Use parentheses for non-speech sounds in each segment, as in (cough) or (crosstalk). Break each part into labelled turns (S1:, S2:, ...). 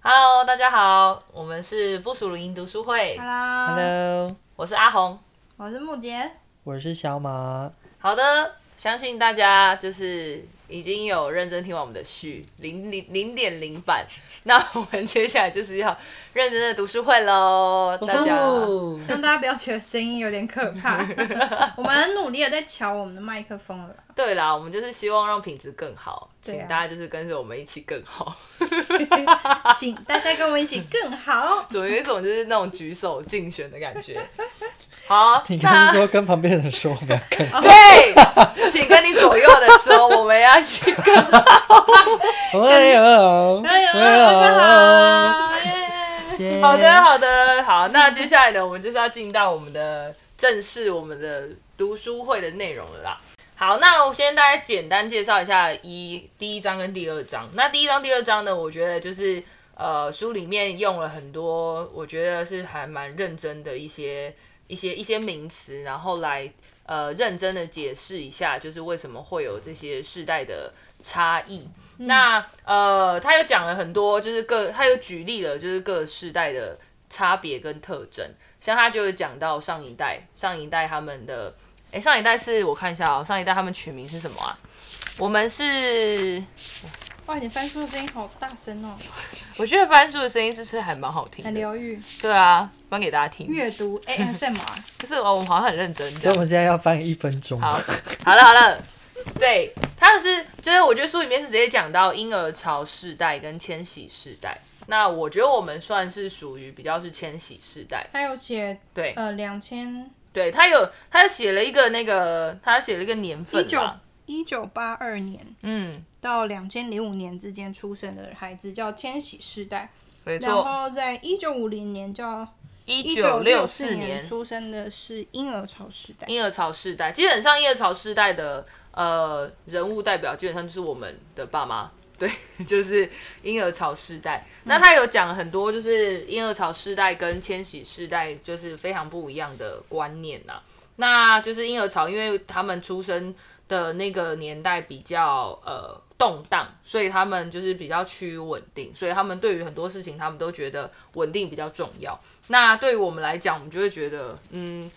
S1: Hello，大家好，我们是不署灵读书会，
S2: Hello，,
S3: Hello，
S1: 我是阿红。
S2: 我是木杰。
S3: 我是小马。
S1: 好的，相信大家就是已经有认真听完我们的序零零零点零
S2: (laughs)
S1: 版，那我们接下来就是要认真的读书会喽，大家。
S3: 哦
S2: 希望大家不要觉得声音有点可怕。我们很努力的在调我们的麦克风了， (laughs)
S1: 对啦，我们就是希望让品质更好，
S2: 对啊
S1: 请大家就是跟着我们一起更好。 (laughs)
S2: 请大家跟我们一起更
S1: (laughs)
S2: 好。
S1: 怎么有一种就是那种举手竞选的感觉？好，
S3: 你刚
S1: 那
S3: 是说跟旁边的人说我们要
S1: (laughs)
S3: 看？
S1: 对，请跟你左右的说，我们要一起更好。
S3: 喂哦，
S2: 哎呀，
S3: 喂哦，
S2: 大家好，耶！
S3: 耶
S1: 好的，，好的，好。那接下来呢，我们就是要进到我们的正式我们的读书会的内容了啦。好，那我先大概简单介绍一下一第一章跟第二章。那第一章、第二章呢，我觉得就是呃，书里面用了很多，我觉得是还蛮认真的一些一些一些名词，然后来呃认真的解释一下，就是为什么会有这些世代的差异。那呃，他又讲了很多，就是各他又举例了，就是各世代的差别跟特征。像他就有讲到上一代，上一代他们的，哎、上一代是我看一下哦、上一代他们取名是什么啊？我们是，
S2: 哇，你翻书的声音好大声哦，
S1: 我觉得翻书的声音是是还蛮好听
S2: 很
S1: 的，
S2: 疗愈。
S1: 对啊，翻给大家听。
S2: 阅读 ASMR，
S1: 就是哦，我们好像很认真这
S3: 所以我
S1: 样。
S3: 们现在要翻一分钟。
S1: 好，好了好了，对，他是就是我觉得书里面是直接讲到婴儿潮世代跟千禧世代。那我觉得我们算是属于比较是千禧世代，
S2: 还有写
S1: 对
S2: 呃两千
S1: 对，他有他写了一个那个他写了一个年份
S2: 一九
S1: 吧，
S2: 一九八二年
S1: 嗯，
S2: 到两千零五年之间出生的孩子叫千禧世代，
S1: 没
S2: 然
S1: 错，
S2: 后在一九五零年叫
S1: 一
S2: 一
S1: 九
S2: 九
S1: 六
S2: 六
S1: 四
S2: 四
S1: 年
S2: 年出生的是婴儿潮时代，
S1: 婴儿潮世代，基本上婴儿潮世代的呃人物代表，基本上就是我们的爸妈。 (laughs) 对，就是婴儿潮世代。那他有讲很多，就是婴儿潮世代跟千禧世代就是非常不一样的观念呐、那就是婴儿潮，因为他们出生的那个年代比较呃动荡，所以他们就是比较趋于稳定，所以他们对于很多事情他们都觉得稳定比较重要。那对于我们来讲，我们就会觉得嗯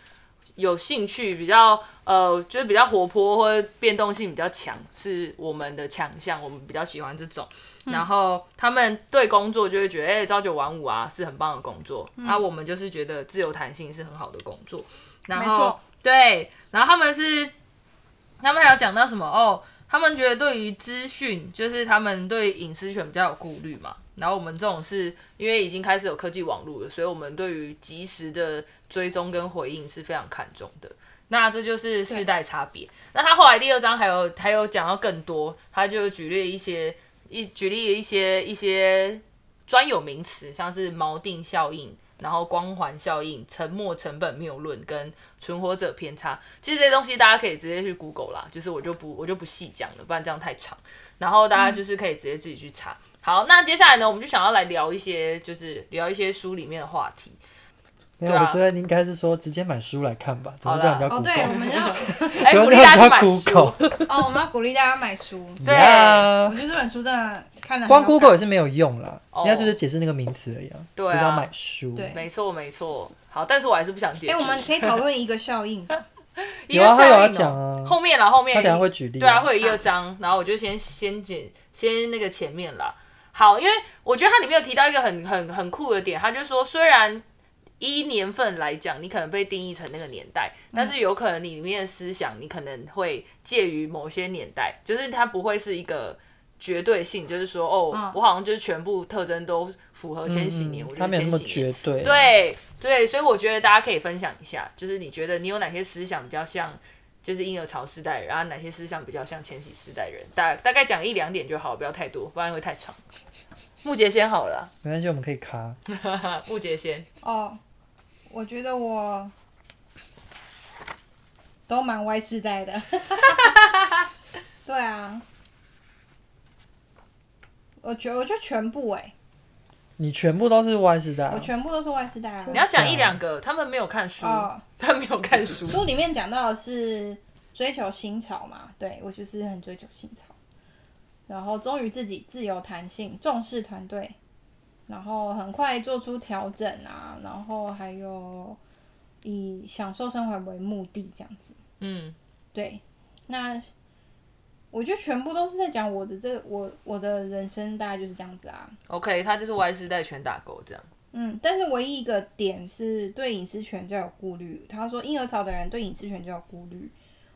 S1: 有兴趣比较呃，就是比较活泼或者变动性比较强，是我们的强项，我们比较喜欢这种。
S2: 嗯
S1: 然后他们对工作就会觉得，哎、朝九晚五啊是很棒的工作，
S2: 嗯
S1: 那、我们就是觉得自由弹性是很好的工作。然
S2: 没
S1: 后
S2: 错
S1: 对，然后他们是他们还有讲到什么哦？他们觉得对于资讯，就是他们对隐私权比较有顾虑嘛。然后我们这种是因为已经开始有科技网络了，所以我们对于及时的追踪跟回应是非常看重的。那这就是世代差别。那他后来第二章还有还有讲到更多，他就举例一些一举例一些一些专有名词，像是锚定效应，然后光环效应、沉没成本谬论跟存活者偏差。其实这些东西大家可以直接去 Google 啦，就是我就不我就不细讲了，不然这样太长。然后大家就是可以直接自己去查。好，那接下来呢，我们就想要来聊一些，就是聊一些书里面的话题。
S3: 没有，
S1: 对啊
S3: 我觉得你应该是说直接买书来看吧，怎么这样叫
S2: 哦，
S3: 古
S2: 对，我
S3: 董？
S2: 们要
S1: 哎、
S3: 怎
S1: 鼓
S3: 么
S1: 励
S3: 这样
S1: 大家去
S3: 叫
S1: 买书。
S3: Google？
S2: 哦，我们要鼓励大家买
S1: (laughs)
S2: 书。
S1: 对
S2: 我
S3: 呀
S2: 觉得这本书真的看了，
S3: 光 Google 也是没有用啦，
S1: 哦
S3: 你要就是解释那个名词而已啊，
S1: 对啊
S3: 就是要买书。
S2: 对
S1: 没错，没错。好，但是我还是不想解
S2: 哎、
S1: 释。
S2: 我们可以讨论一个
S1: (laughs)
S2: 效应，
S1: 一个
S3: 有啊他有
S1: 效
S3: 要
S1: 应哦
S3: 讲啊
S1: 后面啦，后面
S3: 他等下会举例啊
S1: 对啊，会有一二章，然后我就先先简先那个前面啦。好，因为我觉得它里面有提到一个很很很酷的点，他就说虽然。一年份来讲，你可能被定义成那个年代，但是有可能你里面的思想，你可能会介于某些年代，就是它不会是一个绝对性，就是说哦，
S2: 嗯
S1: 我好像就是全部特征都符合千禧年，
S3: 嗯
S1: 我觉
S3: 他
S1: 得
S3: 没有那
S1: 千
S3: 么
S1: 禧年
S3: 绝对。，
S1: 对对，所以我觉得大家可以分享一下，就是你觉得你有哪些思想比较像，就是婴儿潮时代人，然后哪些思想比较像千禧时代人，大大概讲一两点就好，不要太多，不然会太长。木杰先好了
S3: 没关系，我们可以卡。
S1: 啦，木杰先。
S2: 哦，我觉得我都蛮 Y 世
S1: (laughs)
S2: 代的。对啊，我觉我就全部哎、
S3: 你全部都是 Y 世代啊
S2: 我，全部都是 Y 世代啊
S1: 你。要讲一两个，他们没有看书，
S2: 哦，
S1: 他没有看书。
S2: 书里面讲到的是追求新潮嘛，对我就是很追求新潮，然后忠于自己，自由弹性，重视团队，然后很快做出调整啊，然后还有以享受生活为目的这样子。
S1: 嗯，
S2: 对，那我觉得全部都是在讲我的这我我的人生大概就是这样子啊。
S1: OK，他就是 Y 世代全打勾这样。
S2: 嗯，但是唯一一个点是对隐私权较有顾虑。他说，婴儿潮的人对隐私权较有顾虑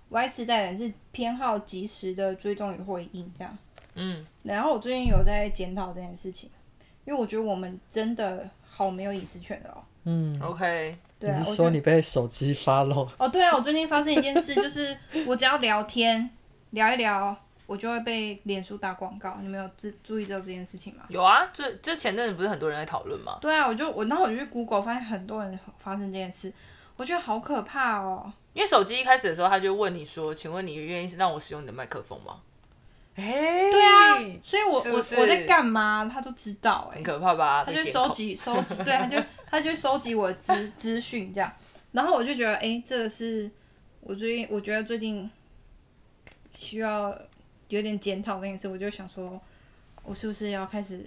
S2: ，Y 世代人是偏好及时的追踪与回应这样。
S1: 嗯，
S2: 然后我最近有在检讨这件事情，因为我觉得我们真的好没有隐私权的哦。
S3: 嗯，
S1: OK，
S2: 对啊
S3: 你，是
S2: 我觉
S3: 说
S2: 得
S3: 你被手机发漏？
S2: 哦，对啊，我最近发生一件事，就是 (laughs) 我只要聊天聊一聊，我就会被脸书打广告。你们有注注意到这件事情吗？
S1: 有啊，这这前阵子不是很多人在讨论吗？
S2: 对啊，我就我，然后我就去 Google 发现很多人发生这件事，我觉得好可怕哦。
S1: 因为手机一开始的时候，他就问你说：“请问你愿意让我使用你的麦克风吗？”哎、
S2: 对啊，所以我
S1: 是不是
S2: 我我在干嘛，他都知道哎、
S1: 很可怕吧？
S2: 他
S1: 被
S2: 就
S1: 监
S2: 收
S1: 控
S2: 集收集，对，他就他就收集我的资资讯这样，然后我就觉得，哎、这个是我最近我觉得最近需要有点检讨那件事，我就想说，我是不是要开始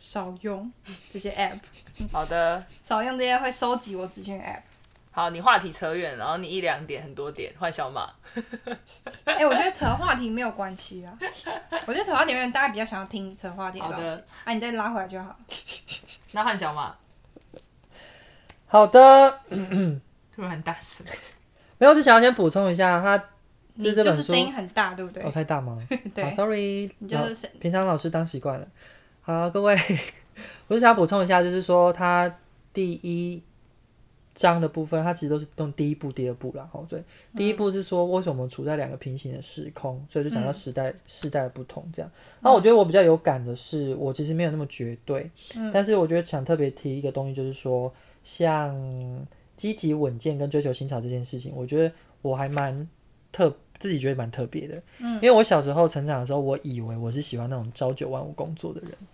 S2: 少用这些 app，
S1: 好的，
S2: 少用这些会收集我资讯的 app。
S1: 好，你话题扯远，然后你一两点很多点换小马，
S2: (laughs) 哎、我觉得扯话题没有关系啊，我觉得扯话题没有，大家比较想要听扯话题的
S1: 好
S2: 东
S1: 的
S2: 西，啊，你再拉回来就好。
S1: 那换小马
S3: 好的，
S1: 突然大声，
S3: 没有，只想要先补充一下，他
S2: 你
S3: 这
S2: 就
S3: 本
S2: 是
S3: 书
S2: 声音很大，对不对？
S3: 哦太大吗？
S2: (laughs) 对
S3: 好 sorry，
S2: 你就是声
S3: 老平常老师当习惯了。好，各位， (laughs) 我是想补充一下，就是说他第一章的部分，它其实都是用第一步、第二步啦。哦，对，第一步是说为什么我们处在两个平行的时空，所以就讲到时代、世代不同这样。那我觉得我比较有感的是，我其实没有那么绝对，但是我觉得想特别提一个东西，就是说像积极稳健跟追求新潮这件事情，我觉得我还蛮特，自己觉得蛮特别的。嗯，因为我小时候成长的时候，我以为我是喜欢那种朝九晚五工作的人。
S1: 嗯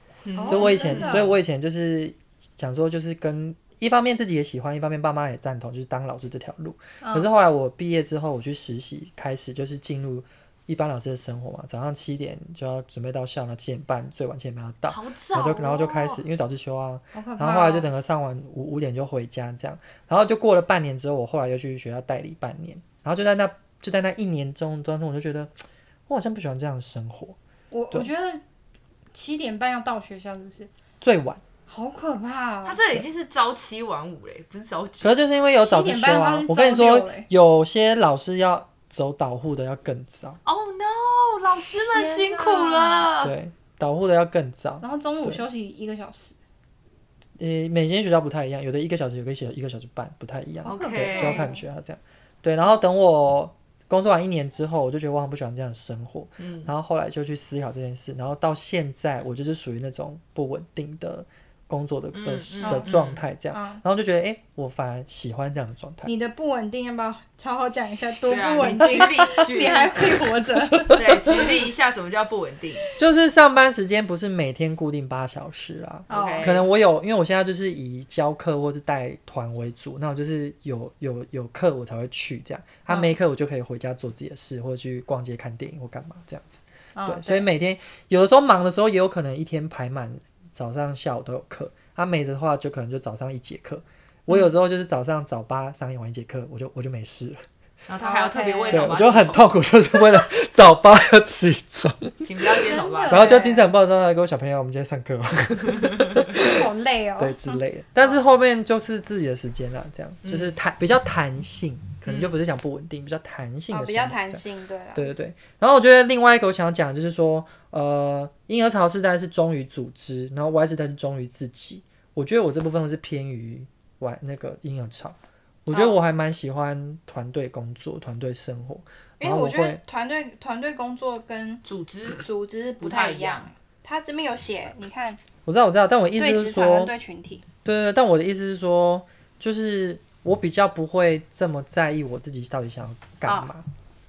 S3: 所以我以
S2: 哦
S3: 前
S2: 真的，哦
S3: 所以我以前就是想说，就是跟一方面自己也喜欢，一方面爸妈也赞同，就是当老师这条路。
S2: 嗯
S3: 可是后来我毕业之后，我去实习，开始就是进入一般老师的生活嘛，早上七点就要准备到校，然后七点半最晚七点半要到。
S1: 好
S3: 然
S1: 早、
S3: 后
S1: 哦，
S3: 就然后就开始，因为早自修啊，
S2: 好可怕、哦。
S3: 然后后来就整个上完五五点就回家这样，然后就过了半年之后，我后来又去学校代理半年，然后就在那就在那一年中当中，我就觉得我好像不喜欢这样的生活，
S2: 我
S3: 对
S2: 我觉得七点半要到学校，是不是？
S3: 最晚。
S2: 好可怕、
S1: 他
S2: 哦！
S1: 这已经是朝七晚五嘞，不是早九。
S3: 可是就是因为有早自
S2: 7
S3: 修
S2: 点半
S3: 啊
S2: 他是，
S3: 我跟你
S2: 早
S3: 说
S2: 六欸，
S3: 有些老师要走导护的要更早，
S1: Oh no！老师们辛苦
S2: 天哪
S1: 了。
S3: 对，导护的要更早。
S2: 然后中午休息一个小时，
S3: 呃，每间学校不太一样，有的一个小时，有的一小一个小时半，不太一样。
S2: 哦
S1: OK
S3: 对，就要看学校这样。对，然后等我工作完一年之后，我就觉得我很不喜欢这样的生活。嗯，然后后来就去思考这件事，然后到现在我就是属于那种不稳定的工作的的
S1: 嗯
S3: 的
S2: 嗯
S3: 状态这样，
S2: 嗯
S3: 然后就觉得哎，诶我反而喜欢这样的状态。
S2: 你的不稳定要不要好好讲一下多
S1: 对
S2: 不
S1: 啊，
S2: 稳
S1: 你
S2: 定？
S1: 举例举
S2: 你还可以活着，
S1: 对举例一下什么叫不稳定？
S3: 就是上班时间不是每天固定八小时啊，
S1: OK
S3: 可能我有，因为我现在就是以教课或是带团为主，那我就是有有有课我才会去这样，他、
S1: 嗯
S3: 没课我就可以回家做自己的事，或者去逛街看电影或干嘛这样子。
S2: 哦
S3: (laughs)
S1: 嗯
S3: 对，所以每天有的时候忙的时候，也有可能一天排满，早上下午都有课。他、没的话，就可能就早上一节课。我
S1: 嗯
S3: 有时候就是早上早八上一晚一节课，我就我就没事了。
S1: 然后他还要特别为
S3: 对，
S1: 哎早
S3: 我
S1: 八
S3: 就很
S1: 起
S3: 痛苦，就是为了 (laughs) 早八要起
S1: (laughs)
S3: 床，
S1: 床，请不要接早八。
S3: 然后就精神很不好的时候来跟我小朋友，我们今天上课哦。
S2: 好累哦。
S3: 对之类的。嗯但是后面就是自己的时间啦，这样就是弹比较弹性，可能就不是讲不稳定，比较弹性
S2: 哦，
S3: 的
S2: 比
S3: 生活
S2: 较
S3: 这样
S2: 弹性，对啊啦。
S3: 对对对，然后我觉得另外一个我想要讲的就是说，呃，婴儿潮世代是忠于组织，然后 Y 世代是忠于自己。我觉得我这部分是偏于 Y 那个婴儿潮，我觉
S2: 哦
S3: 得我还蛮喜欢团队工作、团队生活，
S2: 因
S3: 然
S2: 为
S3: 后
S2: 我觉
S3: 会
S2: 得团队团队工作跟
S1: 组织
S2: 组织
S1: 不太
S2: 太
S1: 一样。
S2: 他这边有写，你看
S3: 我知道我知道，但呃我意思
S2: 对
S3: 是
S2: 职
S3: 说
S2: 场，跟对群体，
S3: 对对，对，但我的意思是说，就是我比较不会这么在意我自己到底想要干嘛。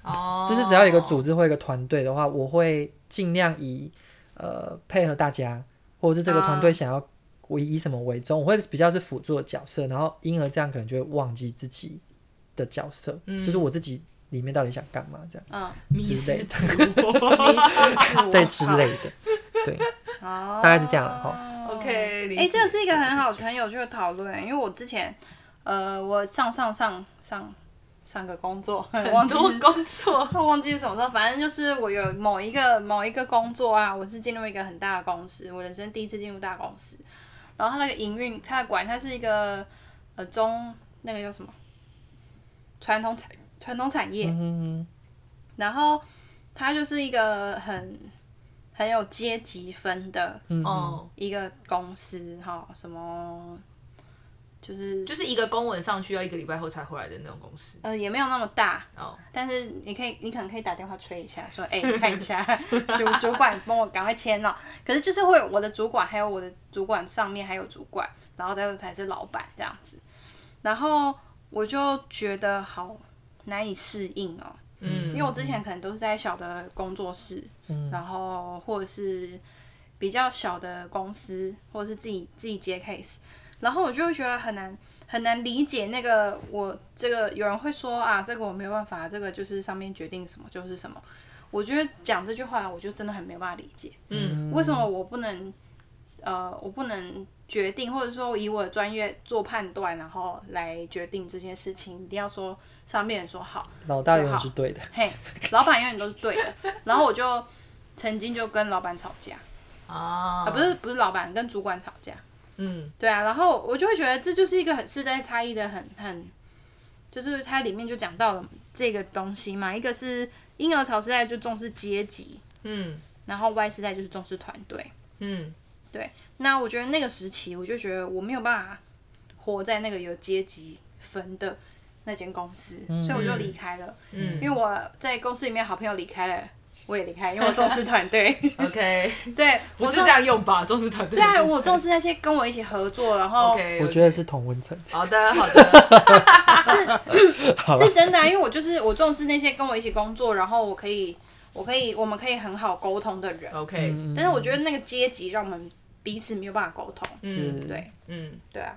S1: 哦，
S3: 就是只要有一个组织或一个团队的话，我会尽量以呃配合大家，或者是这个团队想要我以什么为重，我会比较是辅助的角色，然后因而这样可能就会忘记自己的角色，就是我自己里面到底想干嘛这样，
S2: 嗯，
S1: 迷
S3: 之类
S1: 失
S3: 的
S1: 自我。
S2: 迷失自我
S3: 对之类的，
S2: 哦
S3: 大概是这样了哈。
S1: 哦 (laughs) OK，理
S2: 哎、
S1: 解
S2: 这个是一个很好很有趣的讨论，因为我之前，呃，我上上上上上个工作， (laughs)
S1: 很
S2: 忘记
S1: 多
S2: 是
S1: 工作，
S2: 我忘记是什么时候，反正就是我有某一个某一个工作啊，我是进入一个很大的公司，我人生第一次进入大公司，然后它那个营运，它的管它是一个呃中那个叫什么传统产传统产业，
S3: 嗯，
S2: 然后它就是一个很很有阶级分的
S1: 哦，
S2: 一个公司哈，什么就是
S1: 就是一个公文上去要一个礼拜后才回来的那种公司。
S2: 呃也没有那么大，
S1: 哦，
S2: 但是你可以，你可能可以打电话催一下，说，哎、你看一下， (laughs) 主主管帮我赶快签了。可是就是会有我的主管，还有我的主管上面还有主管，然后再有才是老板这样子。然后我就觉得好难以适应哦，
S1: 嗯
S2: 因为我之前可能都是在小的工作室，然后或者是比较小的公司，或者是自己自己接 case，然后我就会觉得很难很难理解那个我这个有人会说啊，这个我没有办法，这个就是上面决定什么就是什么。我觉得讲这句话，我就真的很没有办法理解，
S1: 嗯，
S2: 为什么我不能呃，我不能决定，或者说以我的专业做判断，然后来决定这件事情，一定要说上面人说好。
S3: 老大永远是对的，
S2: 嘿，老板永远都是对的。然后我就曾经就跟老板吵架，
S1: 啊
S2: 啊，不是不是老板，跟主管吵架。
S1: 嗯，
S2: 对啊，然后我就会觉得这就是一个很世代差异的很很，就是它里面就讲到了这个东西嘛，一个是婴儿潮时代就重视阶级，
S1: 嗯
S2: 然后 Y 时代就是重视团队。
S1: 嗯
S2: 那我觉得那个时期，我就觉得我没有办法活在那个有阶级分的那间公司，所以我就离开了。
S1: 嗯
S2: 因为我在公司里面好朋友离开了，我也离开，因为我重视团
S1: (laughs)
S2: 队。
S1: ，OK，
S2: 对，
S1: 不
S2: 我
S1: 是
S2: 重
S1: 这样用吧？重视团队。
S2: 对啊，我重视那些跟我一起合作，然后
S1: OK，
S3: 我觉得是同温层。
S1: 好的好的，
S2: (laughs) 是真的、啊，因为我就是我重视那些跟我一起工作，然后我可以，我可以，我们可以很好沟通的人。
S3: (laughs)
S1: OK，
S3: 嗯
S2: 但是我觉得那个阶级让我们彼此没有办法沟通。
S3: 是
S1: 嗯
S2: 对
S1: 嗯，
S2: 对啊，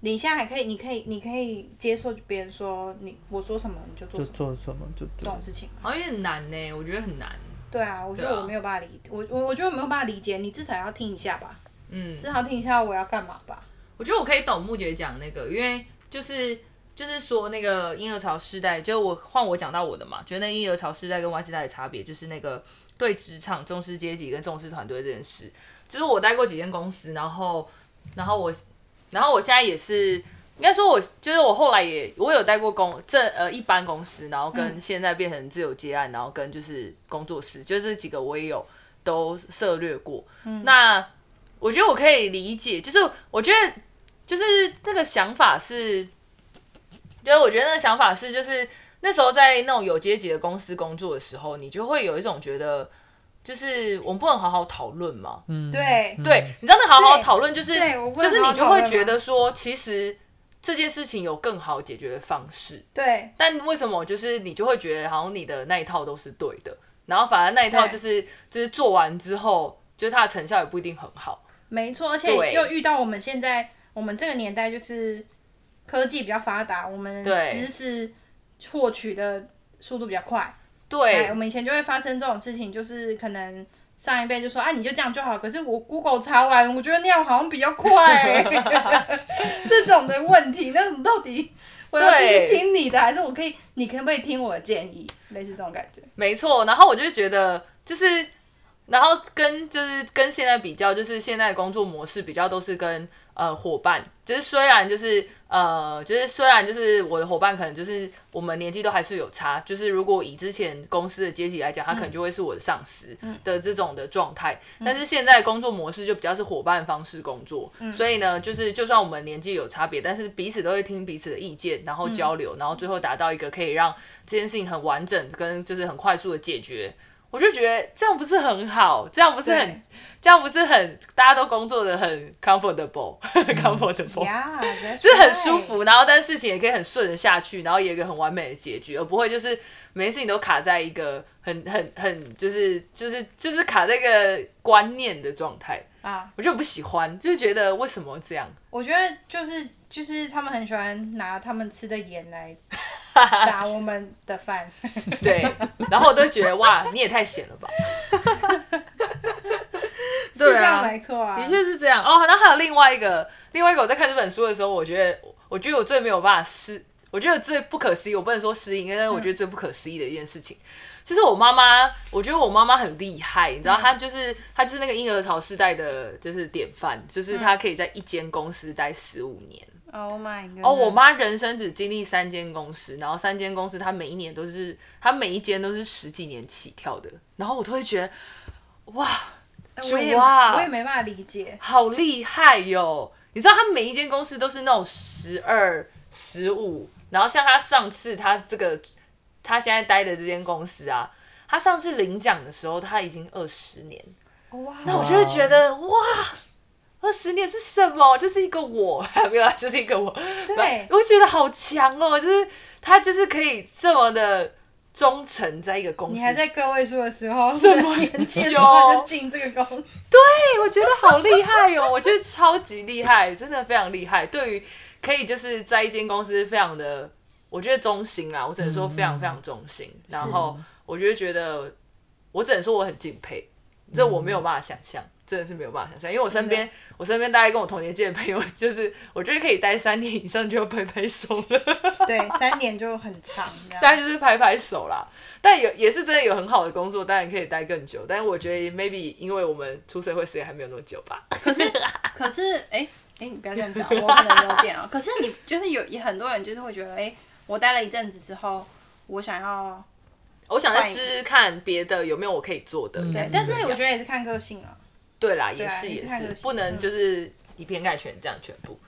S2: 你现在还可以，你可以，你可以接受别人说你我说什么你就做
S3: 就
S2: 什么
S3: 做什么就
S2: 这
S3: 对
S2: 种，事情。
S1: 好像有点难呢，我觉得很难。
S2: 对啊，我觉
S1: 对
S2: 得
S1: 啊
S2: 我没有办法理，我我我觉得我没有办法理解，你至少要听一下吧，
S1: 嗯，
S2: 至少听一下我要干嘛吧。
S1: 我觉得我可以懂木姐讲那个，因为就是就是说那个婴儿潮世代，就我换我讲到我的嘛，觉得那婴儿潮世代跟 Y 世代的差别就是那个对职场重视阶级跟重视团队这件事。就是我待过几间公司，然后然后我然后我现在也是。应该说我，就是我后来也我有待过公这呃一般公司，然后跟现在变成自由接案，然后跟就是工作室，就是这几个我也有都涉略过。那我觉得我可以理解，就是我觉得就是那个想法是，就是我觉得那个想法是，就是那时候在那种有阶级的公司工作的时候，你就会有一种觉得，就是我们不能好好讨论嘛。
S2: 对，
S1: 对，你知道那好好
S2: 对
S1: 讨论就是
S2: 对我
S1: 就
S2: 不能
S1: 是
S2: 好
S1: 你
S2: 好
S1: 就
S2: 讨
S1: 会
S2: 论
S1: 觉
S2: 吗
S1: 得说，其实这件事情有更好解决的方式。
S2: 对，
S1: 但为什么就是你就会觉得好像你的那一套都是对的，然后反而那一套
S2: 对
S1: 就是就是做完之后，就是它的成效也不一定很好。
S2: 没错，而
S1: 对
S2: 且又遇到我们现在我们这个年代，就是科技比较发达，我们
S1: 对
S2: 知识获取的速度比较快。哎
S1: 对
S2: 我，们以前就会发生这种事情，就是可能上一辈就说啊，你就这样就好。可是我 Google 查完，我觉得那样好像比较快、
S1: (laughs)
S2: 这种的问题，那种到底我要继
S1: 对
S2: 续听你的，还是我可以？你可不可以听我的建议？类似这种感觉。
S1: 没错。然后我就觉得就是，然后跟就是跟现在比较，就是现在的工作模式比较都是跟呃伙伴，就是虽然就是呃就是虽然就是我的伙伴可能就是我们年纪都还是有差，就是如果以之前公司的阶级来讲，他可能就会是我的上司的这种的状态，但是现在的工作模式就比较是伙伴方式工作，所以呢，就是就算我们年纪有差别，但是彼此都会听彼此的意见，然后交流，然后最后达到一个可以让这件事情很完整跟就是很快速的解决。我就觉得这样不是很好，这样不是很
S2: 对，
S1: 这样不是很，大家都工作的很 comfortable，comfortable，、
S2: 呀，
S1: 嗯哦 (laughs) 就是很舒服，。然后但事情也可以很顺的下去，然后也有一个很完美的结局，而不会就是每件事情都卡在一个很很很就是就是就是卡在一个观念的状态。
S2: 啊，
S1: 我就不喜欢，就是觉得 (laughs) 为什么这样？
S2: 我觉得就是就是他们很喜欢拿他们吃的
S1: (laughs)
S2: 盐来打我们的饭。 (laughs)
S1: 啊对，然后我都觉得哇，你也太闲了吧。
S2: 是这样没错啊。
S1: 的确是这样哦。那还有另外一个，另外一个我在看这本书的时候，我觉得，我觉得我最没有办法适，我觉得最不可思议，我不能说适应，但是我
S2: 嗯
S1: 觉得最不可思议的一件事情，就是我妈妈，我觉得我妈妈很厉害，你知
S2: 嗯
S1: 道，她就是她就是那个婴儿潮世代的，就是典范，就是
S2: 嗯
S1: 她可以在一间公司待十五年。
S2: Oh my god！
S1: 哦，我妈人生只经历三间公司，然后三间公司她每一年都是，她每一间都是十几年起跳的，然后我都会觉得，哇，
S2: 哎我也
S1: 主啊
S2: 我也没办法理解。
S1: 好厉害哟、你知道他每一间公司都是那种十二、十五，然后像他上次他这个他现在待的这间公司啊，他上次领奖的时候他已经二十年，
S2: 哇，
S1: 那我就会觉得哇。二十年是什么？就是一个我， (laughs) 没有啦，就是一个我。
S2: 对，
S1: 我觉得好强哦、就是他就是可以这么的忠诚在一个公司。
S2: 你还在个位数的时候，
S1: 这么
S2: 年轻的时
S1: 久
S2: 候就进这个公司，
S1: 对，我觉得好厉害哦， (laughs) 我觉得超级厉害，真的非常厉害。对于可以就是在一间公司非常的，我觉得忠心啦，我只能说非常非常忠心。然后我就会觉得，我只能说我很敬佩，这我没有办法想象。真的是没有办法想象，因为我身边我身边大概跟我同年纪的朋友，就是我觉得可以待三年以上就要拍拍手了。 (laughs)
S2: (laughs) 对，三年就很长这样。
S1: 大 (laughs) 概就是拍拍手啦。但有也是真的有很好的工作，当然可以待更久。但是我觉得 maybe 因为我们出社会时间还没有那么久吧。
S2: 可是可是，哎、哎、你不要这样讲，我可能有点啊。 (laughs) 可是你就是有也很多人就是会觉得，哎、我待了一阵子之后，我想要
S1: 我想再试试看别的有没有我可以做的。
S2: 对
S1: 应，该嗯
S2: 但
S1: 是
S2: 是
S1: 这样
S2: 我觉得也是看个性啊。
S1: 对啦，也
S2: 啊
S1: 是
S2: 也是
S1: 也
S2: 看
S1: 是
S2: 个，性
S1: 不能
S2: 嗯
S1: 就是以偏概全这样全部。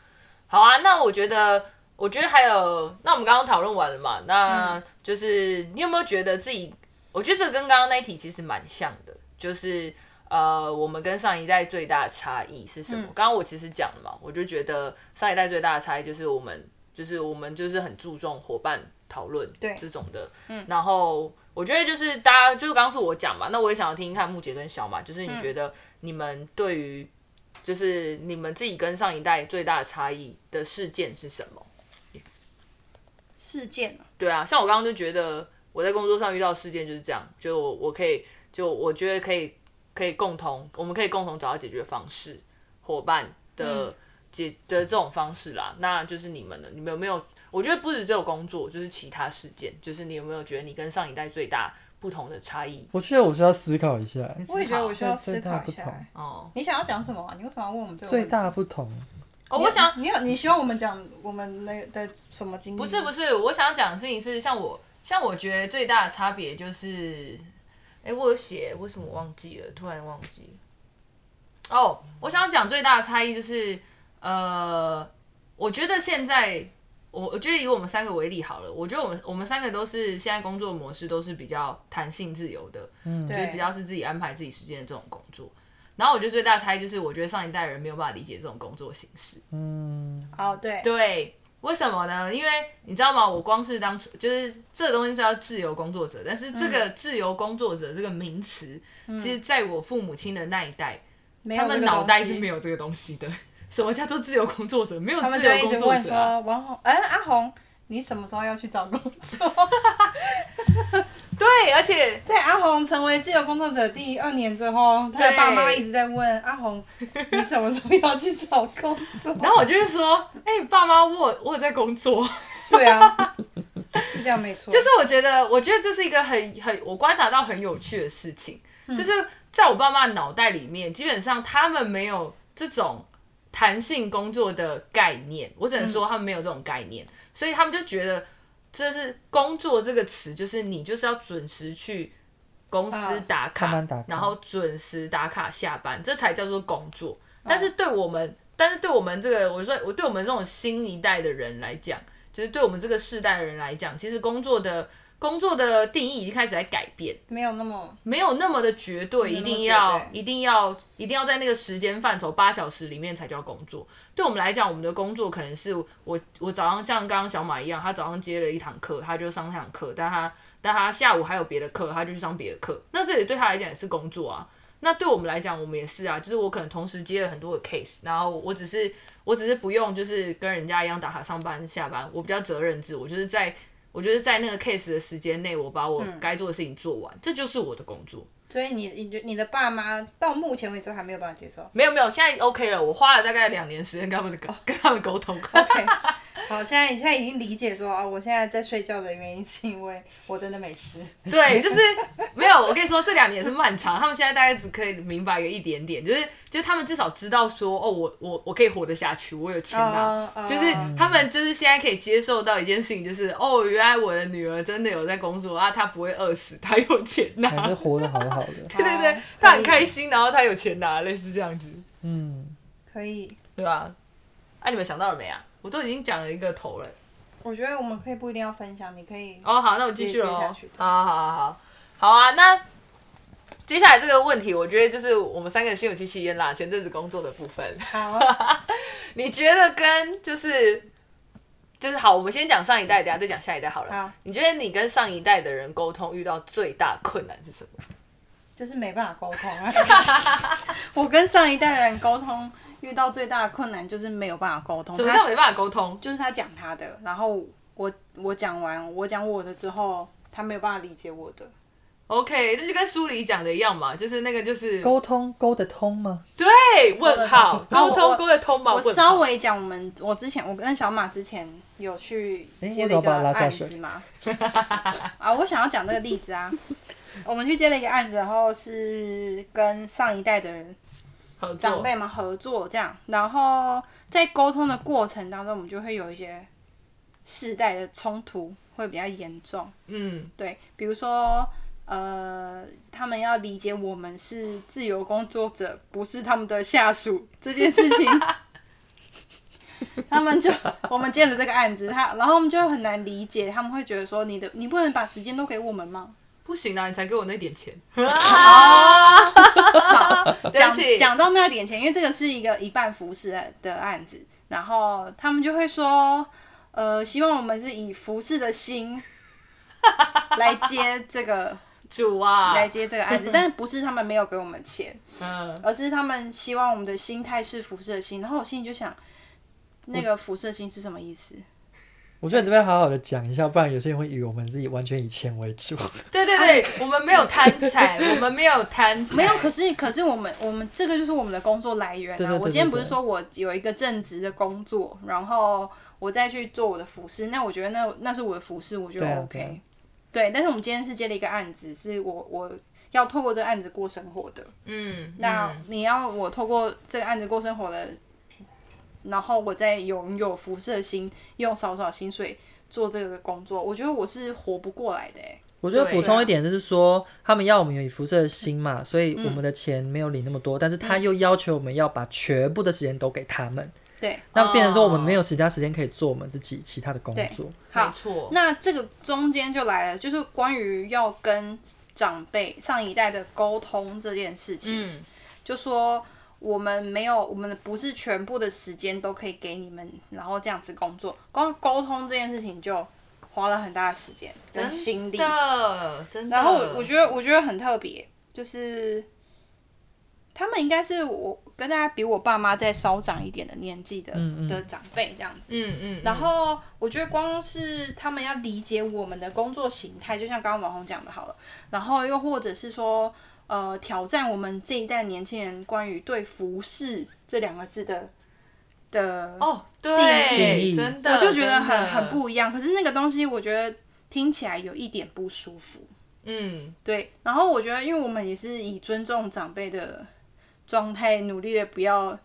S1: 好啊，那我觉得，我觉得还有，那我们刚刚讨论完了嘛，那就是你有没有觉得自己？我觉得这个跟刚刚那一题其实蛮像的，就是呃，我们跟上一代最大的差异是什么？刚刚我其实讲了嘛，我就觉得上一代最大的差异就是我们，就是我们就是很注重伙伴讨论
S2: 对
S1: 这种的，然后我觉得就是大家就是刚刚是我讲嘛，那我也想要听听看木姐跟小马，就是你觉得你们对于就是你们自己跟上一代最大的差异的事件是什么？
S2: 事件啊，
S1: 对啊，像我刚刚就觉得我在工作上遇到的事件就是这样，就我我可以就我觉得可以可以共同，我们可以共同找到解决方式，伙伴
S2: 嗯
S1: 的解、的这种方式啦。那就是你们的，你们有没有？我觉得不止只有工作，就是其他事件，就是你有没有觉得你跟上一代最大不同的差异？
S3: 我觉得我需要思考一下，
S2: 我也觉得我需要思
S3: 最
S2: 考
S3: 大不
S2: 一下
S3: 同
S2: 欸。
S1: 哦
S2: 你想要讲什么啊？你为什么要问我们这个问
S3: 最
S2: 题？
S3: 大不同，
S1: 哦，我想
S2: 你有你希望我们讲我们那个的什么经历？
S1: 不是不是，我想讲的事情是，像我像我觉得最大的差别就是，哎、我有写，为什么我忘记了？突然忘记了。哦、我想讲最大的差异就是，呃，我觉得现在我我觉得以我们三个为例好了，我觉得我们我们三个都是现在工作模式都是比较弹性自由的，嗯，就是
S2: 对
S1: 比较是自己安排自己时间的这种工作。然后我觉得最大的差异就是，我觉得上一代人没有办法理解这种工作形式。
S2: 哦，对，
S1: 对，为什么呢？因为你知道吗？我光是当初就是这个东西是要自由工作者，但是
S2: 嗯
S1: 这个自由工作者这个名词，其实在我父母亲的那一代，
S2: 没有
S1: 他们
S2: 这个
S1: 脑袋
S2: 东西
S1: 是没有这个东西的。 (laughs) 什么叫做自由工作者？没有
S2: 他们
S1: 自
S2: 就
S1: 由
S2: 会一
S1: 工
S2: 直
S1: 作
S2: 问
S1: 者、啊。
S2: 说王红，哎、阿红，你什么时候要去找工 (laughs) 作？
S1: 对，而且
S2: 在阿红成为自由工作者第二年之后，他的
S1: 对
S2: 爸妈一直在问阿红，你什么时候要去找工作？
S1: 然后我就会说，哎、爸妈，我有我有在工作。
S2: (laughs) 对啊，是这样没错，
S1: 就是是我觉得，我觉得这是一个很很我观察到很有趣的事情，就是在我爸妈的脑袋里面，基本上他们没有这种弹性工作的概念，我只能说他们没有这种概念，所以他们就觉得这是工作这个词，就是你就是要准时去公司
S2: 啊
S1: 打
S3: 上
S1: 卡，
S3: 班打卡
S1: 然后准时打卡下班，这才叫做工作。
S3: 嗯
S1: 但是对我们，但是对我们这个，我说我对我们这种新一代的人来讲，就是对我们这个世代的人来讲，其实工作的工作的定义已经开始在改变，
S2: 没有那么
S1: 没有那么的绝对，一
S2: 没有那么
S1: 定
S2: 绝
S1: 要
S2: 对
S1: 一定要一定要在那个时间范畴八小时里面才叫工作。对我们来讲，我们的工作可能是我我早上像刚刚小马一样，他早上接了一堂课，他就上那堂课，但他但他下午还有别的课，他就去上别的课。那这里对他来讲也是工作啊。那对我们来讲，我们也是啊，就是我可能同时接了很多的 case，然后我只是我只是不用就是跟人家一样打卡上班下班，我比较责任制，我就是在我就是在那个 case 的时间内，我把我该做的事情做完，这就是我的工作。
S2: 所以你你觉你的爸妈到目前为止都还没有办法接受。
S1: 没有没有，现在 OK 了，我花了大概两年时间跟他们的沟跟他们沟通。
S2: (laughs) OK，好，现在现在已经理解说啊、我现在在睡觉的原因是因为我真的没事。
S1: (laughs) 对，就是没有。我跟你说，这两年是漫长，他们现在大概只可以明白个一点点，就是就是他们至少知道说，哦，我我我可以活得下去，我有钱拿。
S2: (laughs) 哦哦
S1: 就是他们就是现在可以接受到一件事情，就是哦，原来我的女儿真的有在工作啊，她不会饿死，她有钱拿。
S3: 还是活得好好的。
S1: (laughs) 对对对
S2: 哦，
S1: 她很开心，然后她有钱拿，类似这样子，
S3: 嗯，
S2: 可以，
S1: 对吧？啊，你们想到了没啊？我都已经讲了一个头了。
S2: 我觉得我们可以不一定要分享，你可以
S1: 哦，好，那我继续了
S2: 接接下
S1: 哦
S2: 去。的
S1: 好好好好好啊，那接下来这个问题，我觉得就是我们三个心有戚戚焉啦，前阵子工作的部分，
S2: 好啊
S1: 你觉得跟就是就是好，我们先讲上一代，等一下再讲下一代好了。
S2: 好
S1: 你觉得你跟上一代的人沟通遇到最大困难是什么？
S2: 就是没办法沟通啊。 (laughs) 我跟上一代人沟通遇到最大的困难就是没有办法沟通。
S1: 什么
S2: 他
S1: 叫没办法沟通？
S2: 就是他讲他的，然后我我讲完我讲我的之后，他没有办法理解我的。
S1: OK，那就跟书里讲的一样嘛，就是那个就是
S3: 沟通沟得通吗？
S1: 对问号沟
S2: 沟得通
S1: 通
S2: 我
S1: 沟得通嘛？
S2: 我
S1: 问
S2: 稍
S1: 号
S2: 微讲我们，我之前我跟小马之前有去
S3: 诶
S2: 接了
S3: 为什么
S2: 一
S3: 把他
S2: 个
S3: 拉下
S2: 案
S3: 水
S2: 子嘛， (laughs) 啊，我想要讲这个例子啊，我们去接了一个案子，然后是跟上一代的人
S1: 合作
S2: 长辈们合作这样，然后在沟通的过程当中，我们就会有一些世代的冲突会比较严重。
S1: 嗯
S2: 对，比如说，呃，他们要理解我们是自由工作者，不是他们的下属这件事情，他们就我们接了这个案子，他然后我们就很难理解，他们会觉得说你的你不能把时间都给我们吗？
S1: 不行啊啦，你才给我那点
S2: (laughs)
S1: 钱，对
S2: 讲
S1: 不起
S2: 讲到那点钱，因为这个是一个一半服饰的的案子，然后他们就会说，呃，希望我们是以服饰的心来接这个
S1: 主啊，
S2: 来接这个案子，但是不是他们没有给我们钱，
S1: 嗯，
S2: 而是他们希望我们的心态是辐射心。然后我心里就想，那个辐射心是什么意思？
S3: 我觉得你这边好好的讲一下，不然有些人会以为我们自己完全以钱为主。
S1: 对对对，我们没有贪
S2: (laughs)
S1: 财，我们没有贪财，
S2: 哎没有，可是可是我们我们这个就是我们的工作来源啊。
S3: 对对对对
S2: 我今天不是说我有一个正职的工作，然后我再去做我的服饰，那我觉得那那是我的服饰，我觉
S3: 对啊
S2: 得
S3: 对
S2: OK
S3: 啊。
S2: 对，但是我们今天是接了一个案子，是我我要透过这个案子过生活的。
S1: 嗯，
S2: 那
S1: 嗯
S2: 你要我透过这个案子过生活的，然后我再拥有辐射心，用少少薪水做这个工作，我觉得我是活不过来的、欸。
S3: (laughs) 我觉得
S1: 对啊
S3: 补充一点就是说，他们要我们有以辐射的心嘛，所以我们的钱没有领那么多，但是他又要求我们要把全部的时间都给他们，
S2: 对，
S3: 那变成说
S1: 哦
S3: 我们没有其他时间可以做我们自己其他的工作。
S1: 没
S2: 好，
S1: 错，
S2: 那这个中间就来了，就是关于要跟长辈上一代的沟通这件事情，
S1: 嗯，
S2: 就说。我们没有，我们不是全部的时间都可以给你们，然后这样子工作。光沟通这件事情就花了很大的时间跟心力。
S1: 的，真的。
S2: 然后我我觉得我觉得很特别，就是他们应该是我跟大家比我爸妈再稍长一点的年纪的、
S3: 嗯嗯
S2: 的长辈这样子。
S1: 嗯嗯，
S2: 然后我觉得光是他们要理解我们的工作形态，就像刚刚网红讲的好了，然后又或者是说，呃，挑战我们这一代年轻人关于对“服饰”这两个字的的
S1: 哦，
S3: 定
S1: 对，
S3: 义
S1: 真的，
S2: 我就觉得很
S1: 真的
S2: 很，不一样。可是那个东西，我觉得听起来有一点不舒服。
S1: 嗯，
S2: 对，然后我觉得，因为我们也是以尊重长辈的状态，努力的不要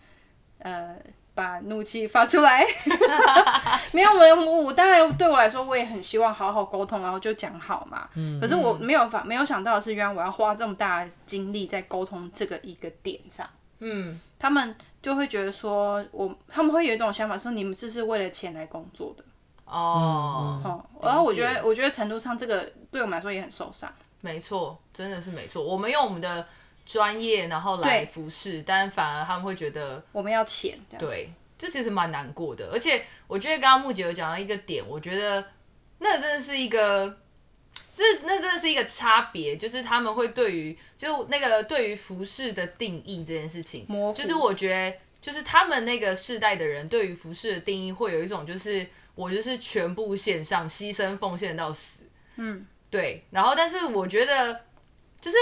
S2: 呃把怒气发出
S1: (laughs)
S2: 来。 (laughs) 没有，我我我当然对我来说，我也很希望好好沟通，然后就讲好嘛。嗯。可是我没有法没有想到的是，原来我要花这么大的精力在沟通这个一个点上。
S1: 嗯，
S2: 他们就会觉得说，我他们会有一种想法，说你们这是为了钱来工作的。
S1: 哦，
S2: 哦、然后我觉
S1: 理
S2: 得，
S1: 解
S2: 我觉得程度上这个对我们来说也很受伤。
S1: 没错，真的是没错。我们用我们的专业，然后来
S2: 对
S1: 服侍，但反而他们会觉得
S2: 我们要钱，这样
S1: 对，这其实蛮难过的。而且我觉得刚刚木姐有讲到一个点，我觉得那真的是一个，这那真的是一个差别，就是他们会对于就那个对于服饰的定义这件事情，
S2: 模糊
S1: 就是我觉得就是他们那个世代的人对于服饰的定义会有一种就是我就是全部献上，牺牲奉献到死，嗯，对。然后但是我觉得就是。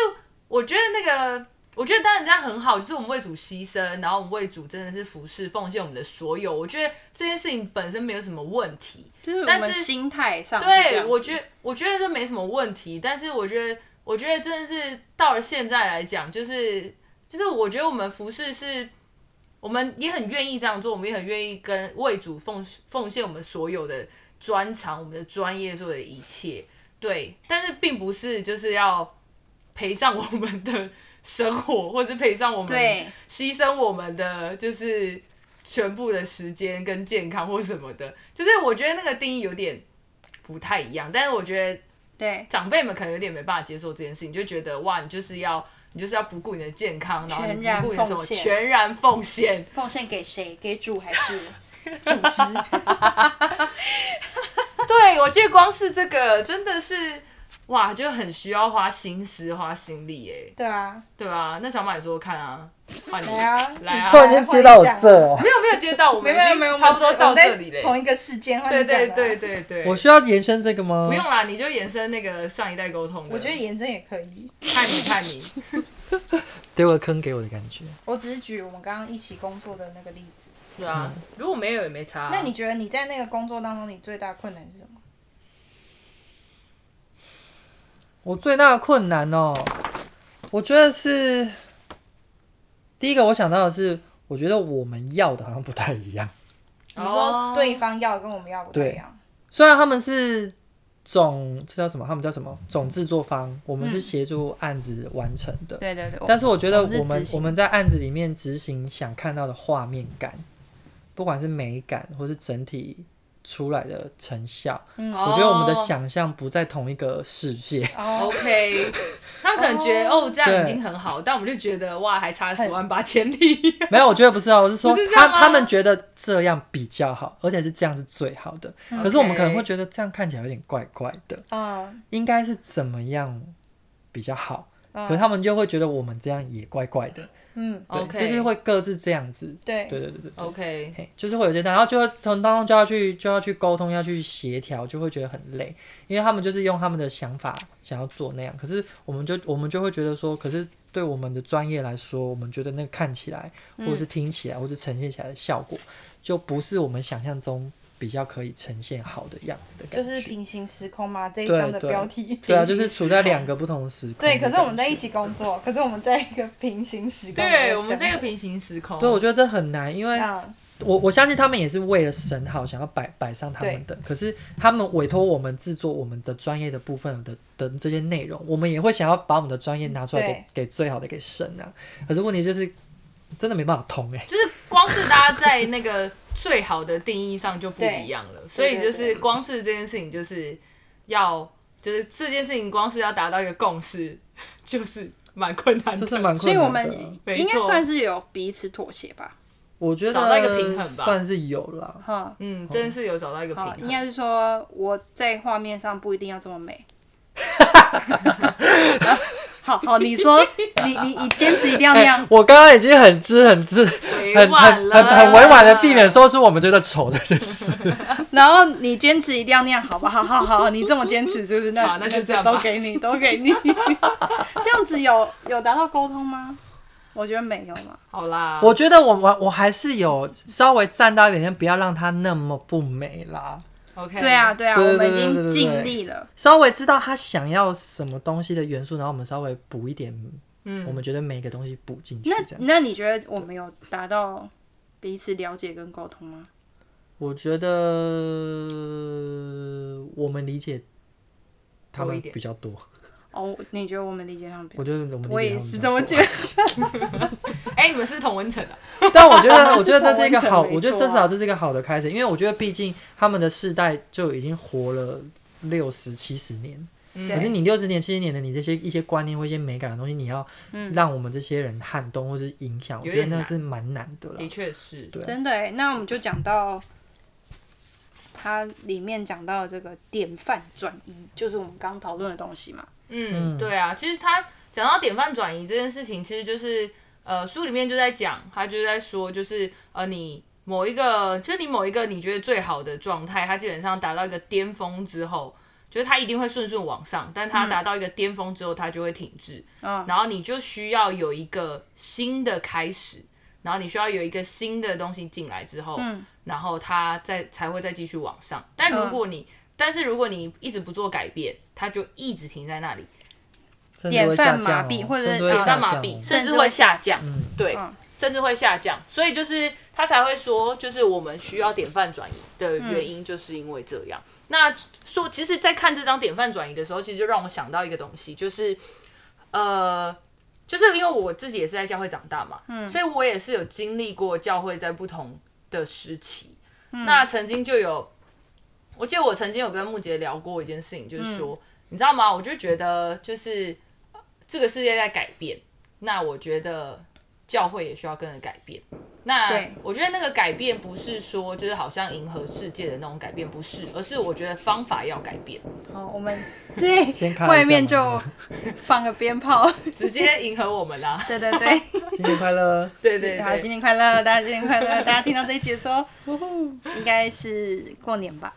S1: 我觉得那个，我觉得当然这样很好，就是我们为主牺牲，然后我们为主真的是服侍奉献我们的所有。我觉得这件事情本身没有什么问题，
S2: 就是我
S1: 但
S2: 们
S1: 是
S2: 心态上是这
S1: 对
S2: 样
S1: 我
S2: 子
S1: 觉得我觉得这没什么问题。但是我觉得，我觉得真的是到了现在来讲，就是就是我觉得我们服侍是。我们也很愿意这样做，我们也很愿意跟为主奉奉献我们所有的专长、我们的专业做的一切，对。但是并不是就是要赔上我们的生活，或是赔上我们
S2: 对
S1: 牺牲我们的就是全部的时间跟健康或什么的，就是我觉得那个定义有点不太一样，但是我觉得
S2: 对
S1: 长辈们可能有点没办法接受这件事情，就觉得哇，你就是要你就是要不顾你的健康，然后你不顾你的什么
S2: 全然奉献
S1: 全然奉献，
S2: 奉献给谁？给主还是组织？
S1: 对我记得光是这个真的是哇，就很需要花心思花心力耶，
S2: (laughs) 对啊，
S1: 对啊，那小马你说说看啊，换你
S2: (laughs) 来啊
S1: 来
S3: 突
S1: 啊，
S3: 然间接到我这哦、
S1: 没有没有接到，我
S2: 没
S1: 们
S2: 有没
S1: 已
S2: 有 (laughs) 没有，
S1: 经
S2: 我
S1: 差
S2: 们
S1: 不多
S2: 只
S1: 到
S2: (laughs) 我们在
S1: 这里嘞，
S2: 同一个事件，换
S1: 对
S2: 你讲啊
S1: 对
S2: 吧
S1: 对，对对，
S3: (laughs) 我需要延伸这个吗？
S1: 不用啦，你就延伸那个上一代沟通的。
S2: 我觉得延伸也可以。
S1: 看你看你，
S3: 丢个坑给我的感觉。
S2: 我只是举我们刚刚一起工作的那个例子。
S1: (laughs) 对啊，如果没有也没差啊、
S2: 那你觉得你在那个工作当中，你最大困难是什么？
S3: 我最大的困难哦、我觉得是第一个，我想到的是，我觉得我们要的好像不太一样。
S1: 哦
S2: 你说对方要跟我们要不太一样，
S3: 虽然他们是总这叫什么？他们叫什么？总制作方，我们是协助案子完成的。
S2: 对对对，我
S3: 但是我觉得
S2: 哦我们是
S3: 我们
S2: 执行
S3: 我们在案子里面执行想看到的画面感，不管是美感或是整体出来的成效，我觉得我们的想象不在同一个世界。 (laughs)
S1: 哦
S2: 哦， (laughs)
S1: OK，他们可能觉得哦这样已
S3: 对
S1: 经很好，但我们就觉得哇还差十万八千
S2: (laughs)
S1: 里。
S3: 没有，我觉得不是哦，我是说
S1: 不是这
S3: 他
S1: 样吗
S3: 他们觉得这样比较好，而且是这样是最好的。可是我们可能会觉得这样看起来有点怪怪的，
S2: 嗯，
S3: 应该是怎么样比较好？
S2: 嗯
S3: 可他们就会觉得我们这样也怪怪的，
S2: 嗯，
S3: 对
S1: OK，
S3: 就是会各自这样子。
S2: 对，
S3: 对对对对。
S1: OK，
S3: 嘿就是会有这段，然后就会从当中就要去就要去沟通，要去协调，就会觉得很累，因为他们就是用他们的想法想要做那样，可是我们就我们就会觉得说，可是对我们的专业来说，我们觉得那个看起来
S2: 嗯
S3: 或者是听起来或者呈现起来的效果，就不是我们想象中比较可以呈现好的样子的感
S2: 就
S3: 觉。
S2: 是平行时空嘛，这一
S3: 对
S2: 章的
S3: 对
S2: 标题。
S3: 对
S2: (laughs)
S1: 平行
S3: 啊，就是
S1: 时
S3: 处在
S1: 空
S3: 两个不同的时空。
S2: 对，可是我们在一。起工作， (laughs) 可是我们在一个平行时空。
S1: 对我们这个平行时空，
S3: 对，我觉得这很难，因为
S2: 啊，
S3: 我我相信他们也是为了神好，想要摆摆上他们的。可是他们委托我们制作我们的专业的部分的的这些内容，我们也会想要把我们的专业拿出来
S2: 对
S3: 给给最好的给神啊。可是问题就是真的没办法通哎、
S1: 就是光是大家在那个最好的定义上就不一样了，所以就
S2: 对对
S1: 是光是这件事情就是要就是这件事情光是要达到一个共识， (laughs) 就是蛮困难的，
S3: 这是蛮
S2: 所以
S3: 困
S2: 我
S3: 难
S2: 们
S3: 的。
S1: 没
S2: 应该
S1: 错
S2: 算是有彼此妥协吧。
S3: 我觉
S1: 找到一个平衡
S3: 得
S1: 吧
S3: 算是有了。
S2: 哈，
S1: 嗯，真的是有找到一个平
S2: 好，
S1: 衡
S2: 哦应。该是说我在画面上不一定要这么 (laughs) 美。好好，你说你你你坚持一定要那
S3: 哎
S2: 样，
S3: 我刚刚已经很知很知
S1: 委
S3: 很
S1: 婉
S3: 很
S1: 了，
S3: 很很委婉的避免说出我们觉得丑的这事。
S2: 然后你坚持一定要那样，好吧？好好好，你这么坚持是不是？那
S1: 好那就这样吧
S2: 都给你，都给 (laughs) 你。这样子有有达到沟通吗？我觉得没有嘛。
S1: 好啦，
S3: 我觉得我我我还是有稍微站到一点点，不要让它那么不美啦。
S1: OK，
S2: 对啊，，对啊，
S3: 对
S2: 我们已
S3: 对对
S2: 经
S3: 对对
S2: 尽
S3: 对
S2: 力了。
S3: 稍微知道他想要什么东西的元素，然后我们稍微补一点，嗯，我们觉得每个东西补进去
S2: 那
S3: 这样。
S2: 那你觉得我们有达到彼此了解跟沟通吗？
S3: 我觉得我们理解他
S1: 多一
S3: 们
S1: 点
S3: 比较多，
S2: 哦，你觉得我们理解他们比较？
S3: 我觉得我们理解
S2: 我也
S3: 他们
S2: 是
S3: 比
S2: 这
S3: 较
S2: 么
S3: 多
S2: 觉得。
S1: 哎、你们是同文层的、
S3: 但我觉得，我觉得这是一个好，
S2: 是同温层没错啊
S3: 我觉得至少这是一个好的开始，因为我觉得毕竟他们的世代就已经活了六十七十年。可是
S2: 对
S3: 你六十年、七十年的你这些一些观念或一些美感的东西，你要
S2: 嗯
S3: 让我们这些人撼动或是影响，我
S1: 有
S3: 觉得
S1: 点
S3: 那
S1: 难
S3: 是蛮难的了。
S1: 的确是。
S3: 对啊
S2: 真的哎，那我们就讲到它里面讲到的这个典范转移，就是我们刚讨论的东西嘛。
S1: 嗯，对啊，其实他讲到典范转移这件事情，其实就是呃，书里面就在讲，他就在说，就是呃，你某一个，就是你某一个你觉得最好的状态，它基本上达到一个巅峰之后，就是它一定会顺顺往上，但它达到一个巅峰之后，它就会停滞。
S2: 嗯
S1: 然后你就需要有一个新的开始，然后你需要有一个新的东西进来之后，然后它再才会再继续往上。但如果你、但是如果你一直不做改变，它就一直停在那里，
S3: 甚至会下
S2: 典范
S3: 降、
S2: 麻
S3: 哦，
S2: 痹或者是
S3: 甚至会
S2: 典
S3: 下
S1: 干
S3: 降、
S1: 嘛
S3: 哦
S1: 比，甚至会下降，对，
S2: 嗯
S1: 甚至会下降。所以就是他才会说，就是我们需要典范转移的原因，就是因为这样。那说，其实，在看这张典范转移的时候，其实就让我想到一个东西，就是呃，就是因为我自己也是在教会长大嘛，所以我也是有经历过教会在不同的时期。那曾经就有，我记得我曾经有跟木杰聊过一件事情，就是说，你知道吗？我就觉得就是呃这个世界在改变，那我觉得教会也需要跟着改变。那
S2: 对
S1: 我觉得那个改变不是说就是好像迎合世界的那种改变，不是，而是我觉得方法要改变。
S2: 好，哦我们对
S3: 先看一下
S2: 外面
S3: 嘛
S2: 就放个鞭炮，
S1: 直接迎合我们啦。
S2: (laughs) 对对对，
S3: (laughs) 新年快乐！
S1: 对对
S2: 好，
S1: 对
S2: 新，年快乐，大家新年快乐，大家听到这一集的时 (laughs) 候，呼呼应该是过年吧？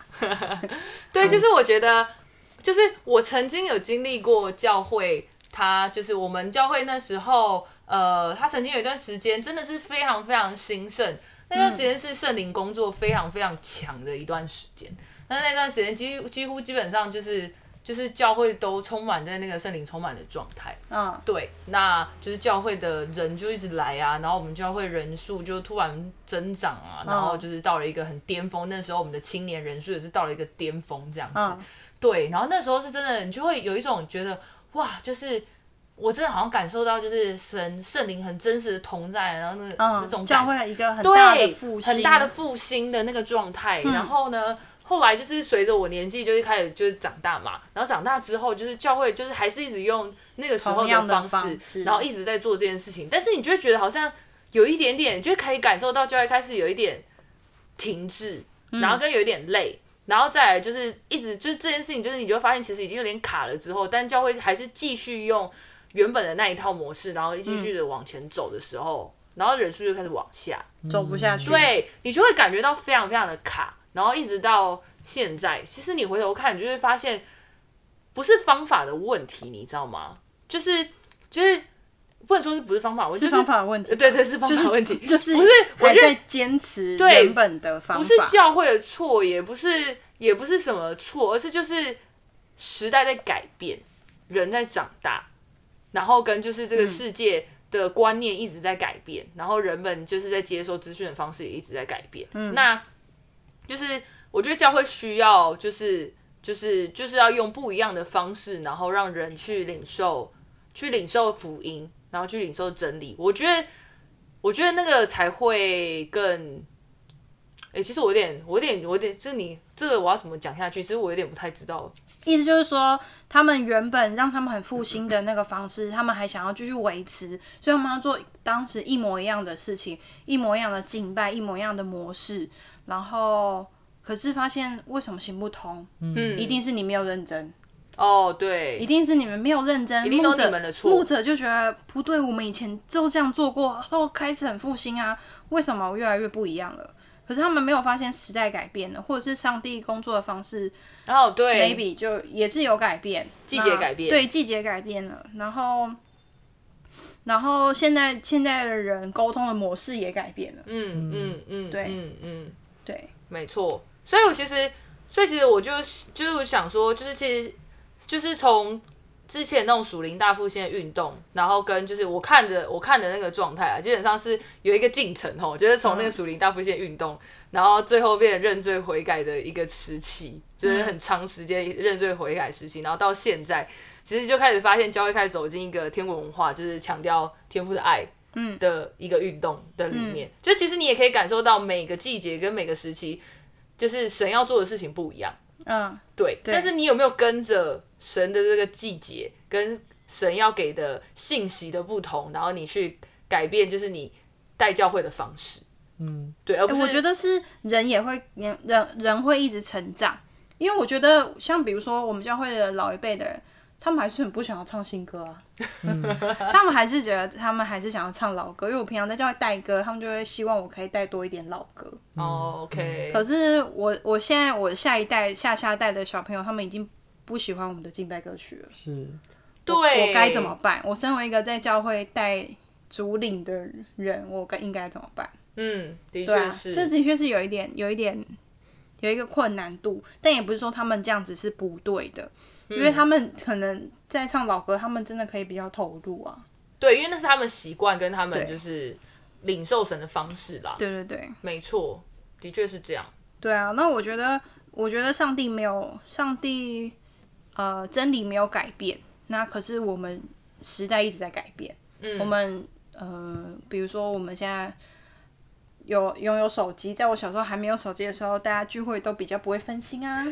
S1: 对，就是我觉得，就是我曾经有经历过教会，他就是我们教会那时候，呃，他曾经有一段时间真的是非常非常兴盛，那段时间是圣灵工作非常非常强的一段时间。那那段时间几乎几乎基本上就是就是教会都充满在那个圣灵充满的状态。
S2: 嗯，
S1: 对，那就是教会的人就一直来啊，然后我们教会人数就突然增长啊，然
S2: 嗯
S1: 后就是到了一个很巅峰。那时候我们的青年人数也是到了一个巅峰这样子。
S2: 嗯
S1: 对，然后那时候是真的，你就会有一种觉得哇，就是我真的好像感受到就是神圣灵很真实的同在，然后那个、那种感
S2: 嗯，教会一个很
S1: 对，
S2: 大的嗯复兴，
S1: 很大的复兴的那个状态。然后呢，后来就是随着我年纪就是开始就是长大嘛，然后长大之后就是教会就是还是一直用那个时候
S2: 同样的
S1: 方
S2: 方式
S1: 然后一直在做这件事情，但是你就会觉得好像有一点点，就可以感受到教会开始有一点停滞，
S2: 嗯
S1: 然后跟有一点累。然后再来就是一直就是这件事情，就是你就会发现其实已经有点卡了之后，但教会还是继续用原本的那一套模式，然后继续的往前走的时候，然后人数就开始往下，
S2: 走不下去，，
S1: 对你就会感觉到非常非常的卡，然后一直到现在，其实你回头看，你就会发现不是方法的问题，你知道吗？就是就是不能说是不是方法问题，
S2: 是
S1: 就是
S2: 方法的问
S1: 呃
S2: 题，
S1: 对对是方
S2: 就是
S1: 法问题，
S2: 就是
S1: 不是我
S2: 还
S1: 觉得
S2: 在坚持
S1: 对
S2: 原本的方法，
S1: 不是教会的错，也不是也不是什么错，而是就是时代在改变，人在长大，然后跟就是这个世界的观念一直在改变，然后人们就是在接收资讯的方式也一直在改变。
S2: 嗯
S1: 那就是我觉得教会需要就是就是就是要用不一样的方式，然后让人去领受去领受福音，然后去领受真理。我觉得。我觉得那个才会更哎、其实我有点，我有点，我有点，就是你这个我要怎么讲下去？其实我有点不太知道。
S2: 意思就是说，他们原本让他们很复兴的那个方式，他们还想要继续维持，所以他们要做当时一模一样的事情，一模一样的敬拜，一模一样的模式，然后可是发现为什么行不通？
S1: 嗯，
S2: 一定是你没有认真，
S1: 哦，
S2: 一
S1: 对，
S2: 定是你们没有认真，
S1: 一定都
S2: 牧者
S1: 你们的错
S2: 牧者就觉得不对，我们以前就这样做过，都开始很复兴啊，为什么越来越不一样了？可是他们没有发现时代改变了，或者是上帝工作的方式
S1: 然后哦对
S2: maybe 就也是有改变，
S1: 哎季节
S2: 那
S1: 改变
S2: 对，季节改变了，然后，然后现在现在的人沟通的模式也改变了，
S1: 嗯嗯嗯，
S2: 对
S1: 嗯嗯，
S2: 对，
S1: 没错。所以我其实，所以其实我就就是想说，就是其实就是从之前那种属灵大复兴的运动，然后跟就是我看着我看的那个状态啊，基本上是有一个进程哦，就是从那个属灵大复兴的运动，然后最后变成认罪悔改的一个时期，就是很长时间认罪悔改时期，然后到现在，其实就开始发现教会开始走进一个天国文化，就是强调天赋的爱。嗯的一个运动的里
S2: 嗯
S1: 面，就其实你也可以感受到每个季节跟每个时期，就是神要做的事情不一样。
S2: 嗯，
S1: 对，
S2: 对
S1: 但是你有没有跟着神的这个季节，跟神要给的信息的不同，然后你去改变，就是你带教会的方式，嗯，对，而不
S2: 欸
S1: 是、
S2: 我觉得是人也会人人人会一直成长，因为我觉得像比如说我们教会的老一辈的人，他们还是很不想要唱新歌啊，他们还是觉得他们还是想要唱老歌，因为我平常在教会带歌，他们就会希望我可以带多一点老歌，
S1: 哦，OK，
S2: 嗯可是我我现在我下一代下下代的小朋友，他们已经不喜欢我们的敬拜歌曲了，
S3: 是
S1: 对，
S2: 我该怎么办？我身为一个在教会带主领的人，我该应该怎么办？
S1: 嗯，的
S2: 对啊，
S1: 确是，
S2: 这的确是有一点，有一点，有一个困难度，但也不是说他们这样子是不对的，
S1: 嗯
S2: 因为他们可能在唱老歌，他们真的可以比较投入啊。
S1: 对，因为那是他们习惯跟他们
S2: 对
S1: 就是领受神的方式啦。
S2: 对对对，
S1: 没错，的确是这样。
S2: 对啊。那我觉得，我觉得上帝没有，上帝呃真理没有改变，那可是我们时代一直在改变，
S1: 嗯，
S2: 我们呃，比如说我们现在。有拥有手机，在我小时候还没有手机的时候，大家聚会都比较不会分心啊。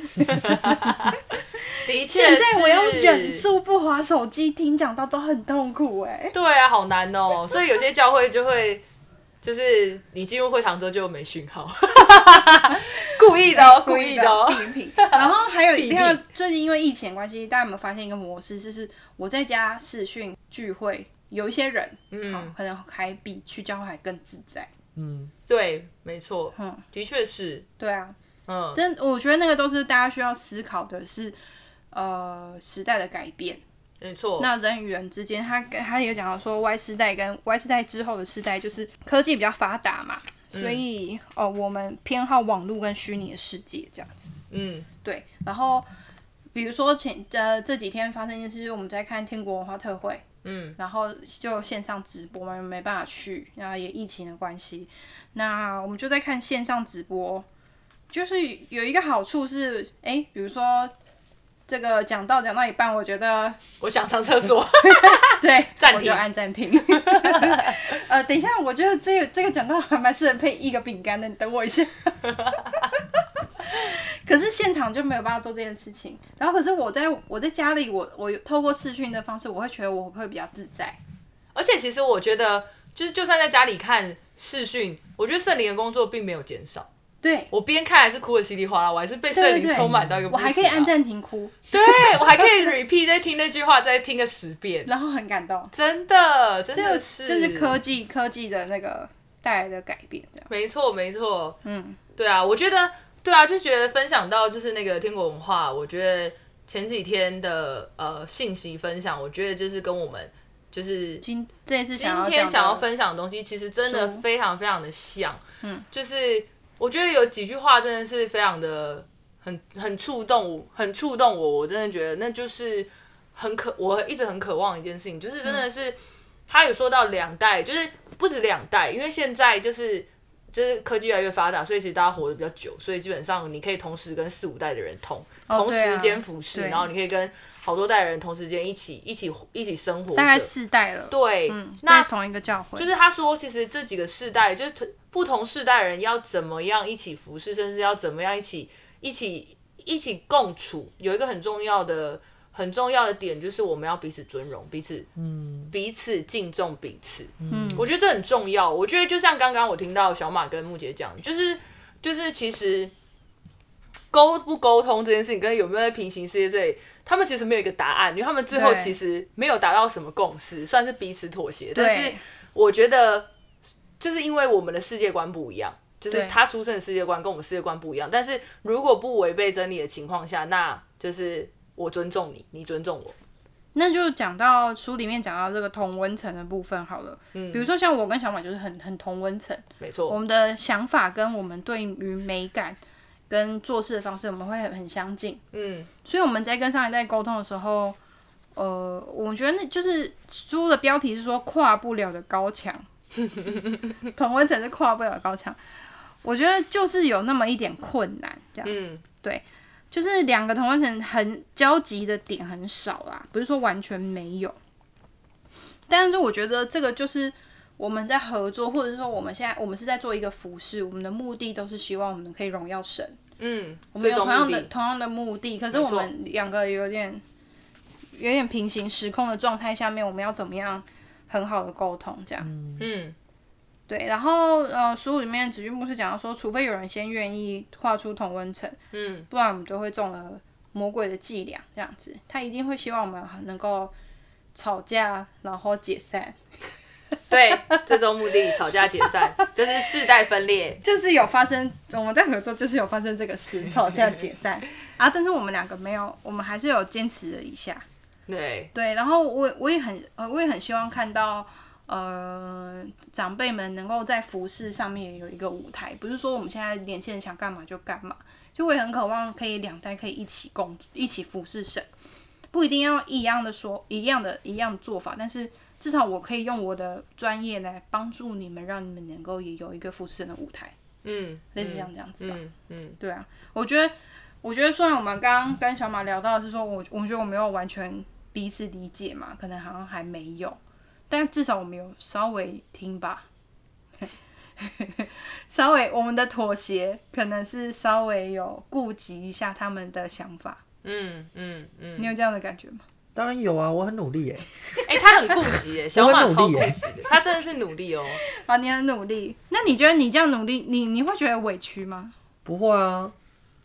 S1: 的确
S2: 现在我要
S1: 是
S2: 忍。住不划手机听讲到都很痛苦哎、
S1: 对啊，好难哦、所以有些教会就会，就是你进入会堂之后就没讯
S2: (laughs)
S1: 号，故意的
S2: 哎
S1: 哦、故意的哦、
S2: 批评。然后还
S1: (laughs)
S2: 有
S1: 批评
S2: 另外，最近因为疫情的关系，大家有没有发现一个模式，就是我在家视讯聚会，有一些人，嗯、可能还比去教会还更自在。
S3: 嗯
S1: 对，没错，
S2: 嗯
S1: 的确是，
S2: 对啊，
S1: 嗯，
S2: 真我觉得那个都是大家需要思考的是，呃，时代的改变。
S1: 没错，
S2: 那人与人之间，他跟他有讲到说，Y 世代跟 Y 世代之后的世代，就是科技比较发达嘛，所以、哦，我们偏好网络跟虚拟的世界这样子。
S1: 嗯，
S2: 对，然后比如说前呃这几天发生一件事，就是我们在看天国文化特会，嗯，然后就线上直播嘛，没办法去，然后也疫情的关系，那我们就在看线上直播，就是有一个好处是，哎，比如说。这个讲到讲到一半，我觉得
S1: 我想上厕
S2: (laughs)
S1: 所，
S2: 对，
S1: 暂
S2: 我
S1: 停
S2: 就按暂停。 (laughs) 呃，等一下，我觉得这个这个讲到还蛮适合配一个饼干的，你等我一下。 (laughs) 可是现场就没有办法做这件事情。然后，可是我在我在家里，我我有透过视讯的方式，我会觉得我会比较自在。
S1: 而且其实我觉得，就是就算在家里看视讯，我觉得圣灵的工作并没有减少。
S2: 对，
S1: 我边看还是哭的稀里哗啦，我还是被圣
S2: 对对
S1: 灵
S2: 对
S1: 充满到一个不
S2: 我还可以
S1: 行啊
S2: 按暂停哭，
S1: 对我还可以 repeat 再听那句话，再听个十遍，
S2: 然后很感动。
S1: 真的，真
S2: 这
S1: 的
S2: 个
S1: 是，
S2: 这是科技科技的那个带来的改变，这样。
S1: 没错没错，
S2: 啊嗯，
S1: 对啊，我觉得，对啊，就觉得分享到就是那个天国文化，我觉得前几天的呃信息分享，我觉得就是跟我们就是
S2: 今这一次想要
S1: 今天
S2: 讲
S1: 想要
S2: 的
S1: 分享的东西，其实真的
S2: 书
S1: 非常非常的像。嗯，就是我觉得有几句话真的是非常的很很触动我，很触动我。我真的觉得那就是很渴，我一直很渴望一件事情，就是真
S2: 嗯
S1: 的是、他有说到两代，就是不止两代，因为现在就是。就是科技越来越发达，所以其实大家活得比较久，所以基本上你可以同时跟四五代的人同、同
S2: 对啊
S1: 时间服侍，
S2: 对
S1: 然后你可以跟好多代的人同时间一起一起一起生活着。
S2: 大概四代了，
S1: 对，
S2: 嗯，
S1: 那
S2: 在同一个教会，
S1: 就是他说，其实这几个世代，就是不同世代人要怎么样一起服侍，甚至要怎么样一起一起一起共处，有一个很重要的很重要的点，就是我们要彼此尊荣，彼此
S3: 嗯
S1: 彼此敬重彼此。
S2: 嗯
S1: 我觉得这很重要。我觉得就像刚刚我听到小马跟木姐讲，就是就是其实沟不沟通这件事情，跟有没有在平行世界这里，他们其实没有一个答案，因为他们最后
S2: 对
S1: 其实没有达到什么共识，算是彼此妥协。但是
S2: 对
S1: 我觉得，就是因为我们的世界观不一样。就是
S2: 对
S1: 他出生的世界观跟我们世界观不一样，但是如果不违背真理的情况下，那就是我尊重你，你尊重我。
S2: 那就讲到书里面讲到这个同温层的部分好了，嗯，比如说像我跟小马就是很很同温层，
S1: 没错，
S2: 我们的想法跟我们对于美感跟做事的方式，我们会很很相近，
S1: 嗯，
S2: 所以我们在跟上一代沟通的时候，呃，我觉得那就是书的标题是说跨不了的高墙， (laughs) 同温层是跨不了的高墙，我觉得就是有那么一点困难，这样，
S1: 嗯，
S2: 对，就是两个同温层很交集的点很少啦，不是说完全没有，但是我觉得这个就是。我们在合作，或者是说我们现在我们是在做一个服饰，我们的目的都是希望我们可以荣耀神。
S1: 嗯，
S2: 我们
S1: 最
S2: 有
S1: 终
S2: 同
S1: 目
S2: 样
S1: 的
S2: 的同样的目的，可是
S1: 没
S2: 我
S1: 错
S2: 们两个有点有点平行时空的状态下面，我们要怎么样很好的沟通这样？
S1: 嗯，
S2: 对，然后呃，书里面子君牧师讲到说，除非有人先愿意画出同温层，
S1: 嗯，
S2: 不然我们就会中了魔鬼的伎俩，这样子，他一定会希望我们能够吵架，然后解散。
S1: (laughs) 对，最终目的吵架解散，就是世代分裂。
S2: 就是有发生，我们在合作就是有发生这个事，吵架解散啊。但是我们两个没有，我们还是有坚持了一下。
S1: 对，
S2: 对，然后我我也很呃，我也很希望看到呃长辈们能够在服饰上面有一个舞台，不是说我们现在年轻人想干嘛就干嘛，就我也很渴望可以两代可以一起工一起服侍神，不一定要一样的说一样的一样的做法，但是至少我可以用我的专业来帮助你们，让你们能够也有一个服侍神的舞台，
S1: 嗯，
S2: 类似
S1: 嗯
S2: 像这样子吧。
S1: 嗯嗯，
S2: 对啊，我觉得，我觉得虽然我们刚刚跟小马聊到的是说，我我觉得我没有完全彼此理解嘛，可能好像还没有，但至少我们有稍微听吧， (laughs) 稍微我们的妥协可能是稍微有顾及一下他们的想法，
S1: 嗯嗯嗯，
S2: 你有这样的感觉吗？
S3: 当然有啊，我很努力耶。
S1: 哎、他很顾及
S3: (laughs)
S1: 耶，小马
S3: 我很
S1: 超
S3: 努
S1: 顾
S3: 力耶
S1: 及的，他真的是努力哦。
S2: 啊，你很努力，那你觉得你这样努力，你你会觉得委屈吗？
S3: 不会啊，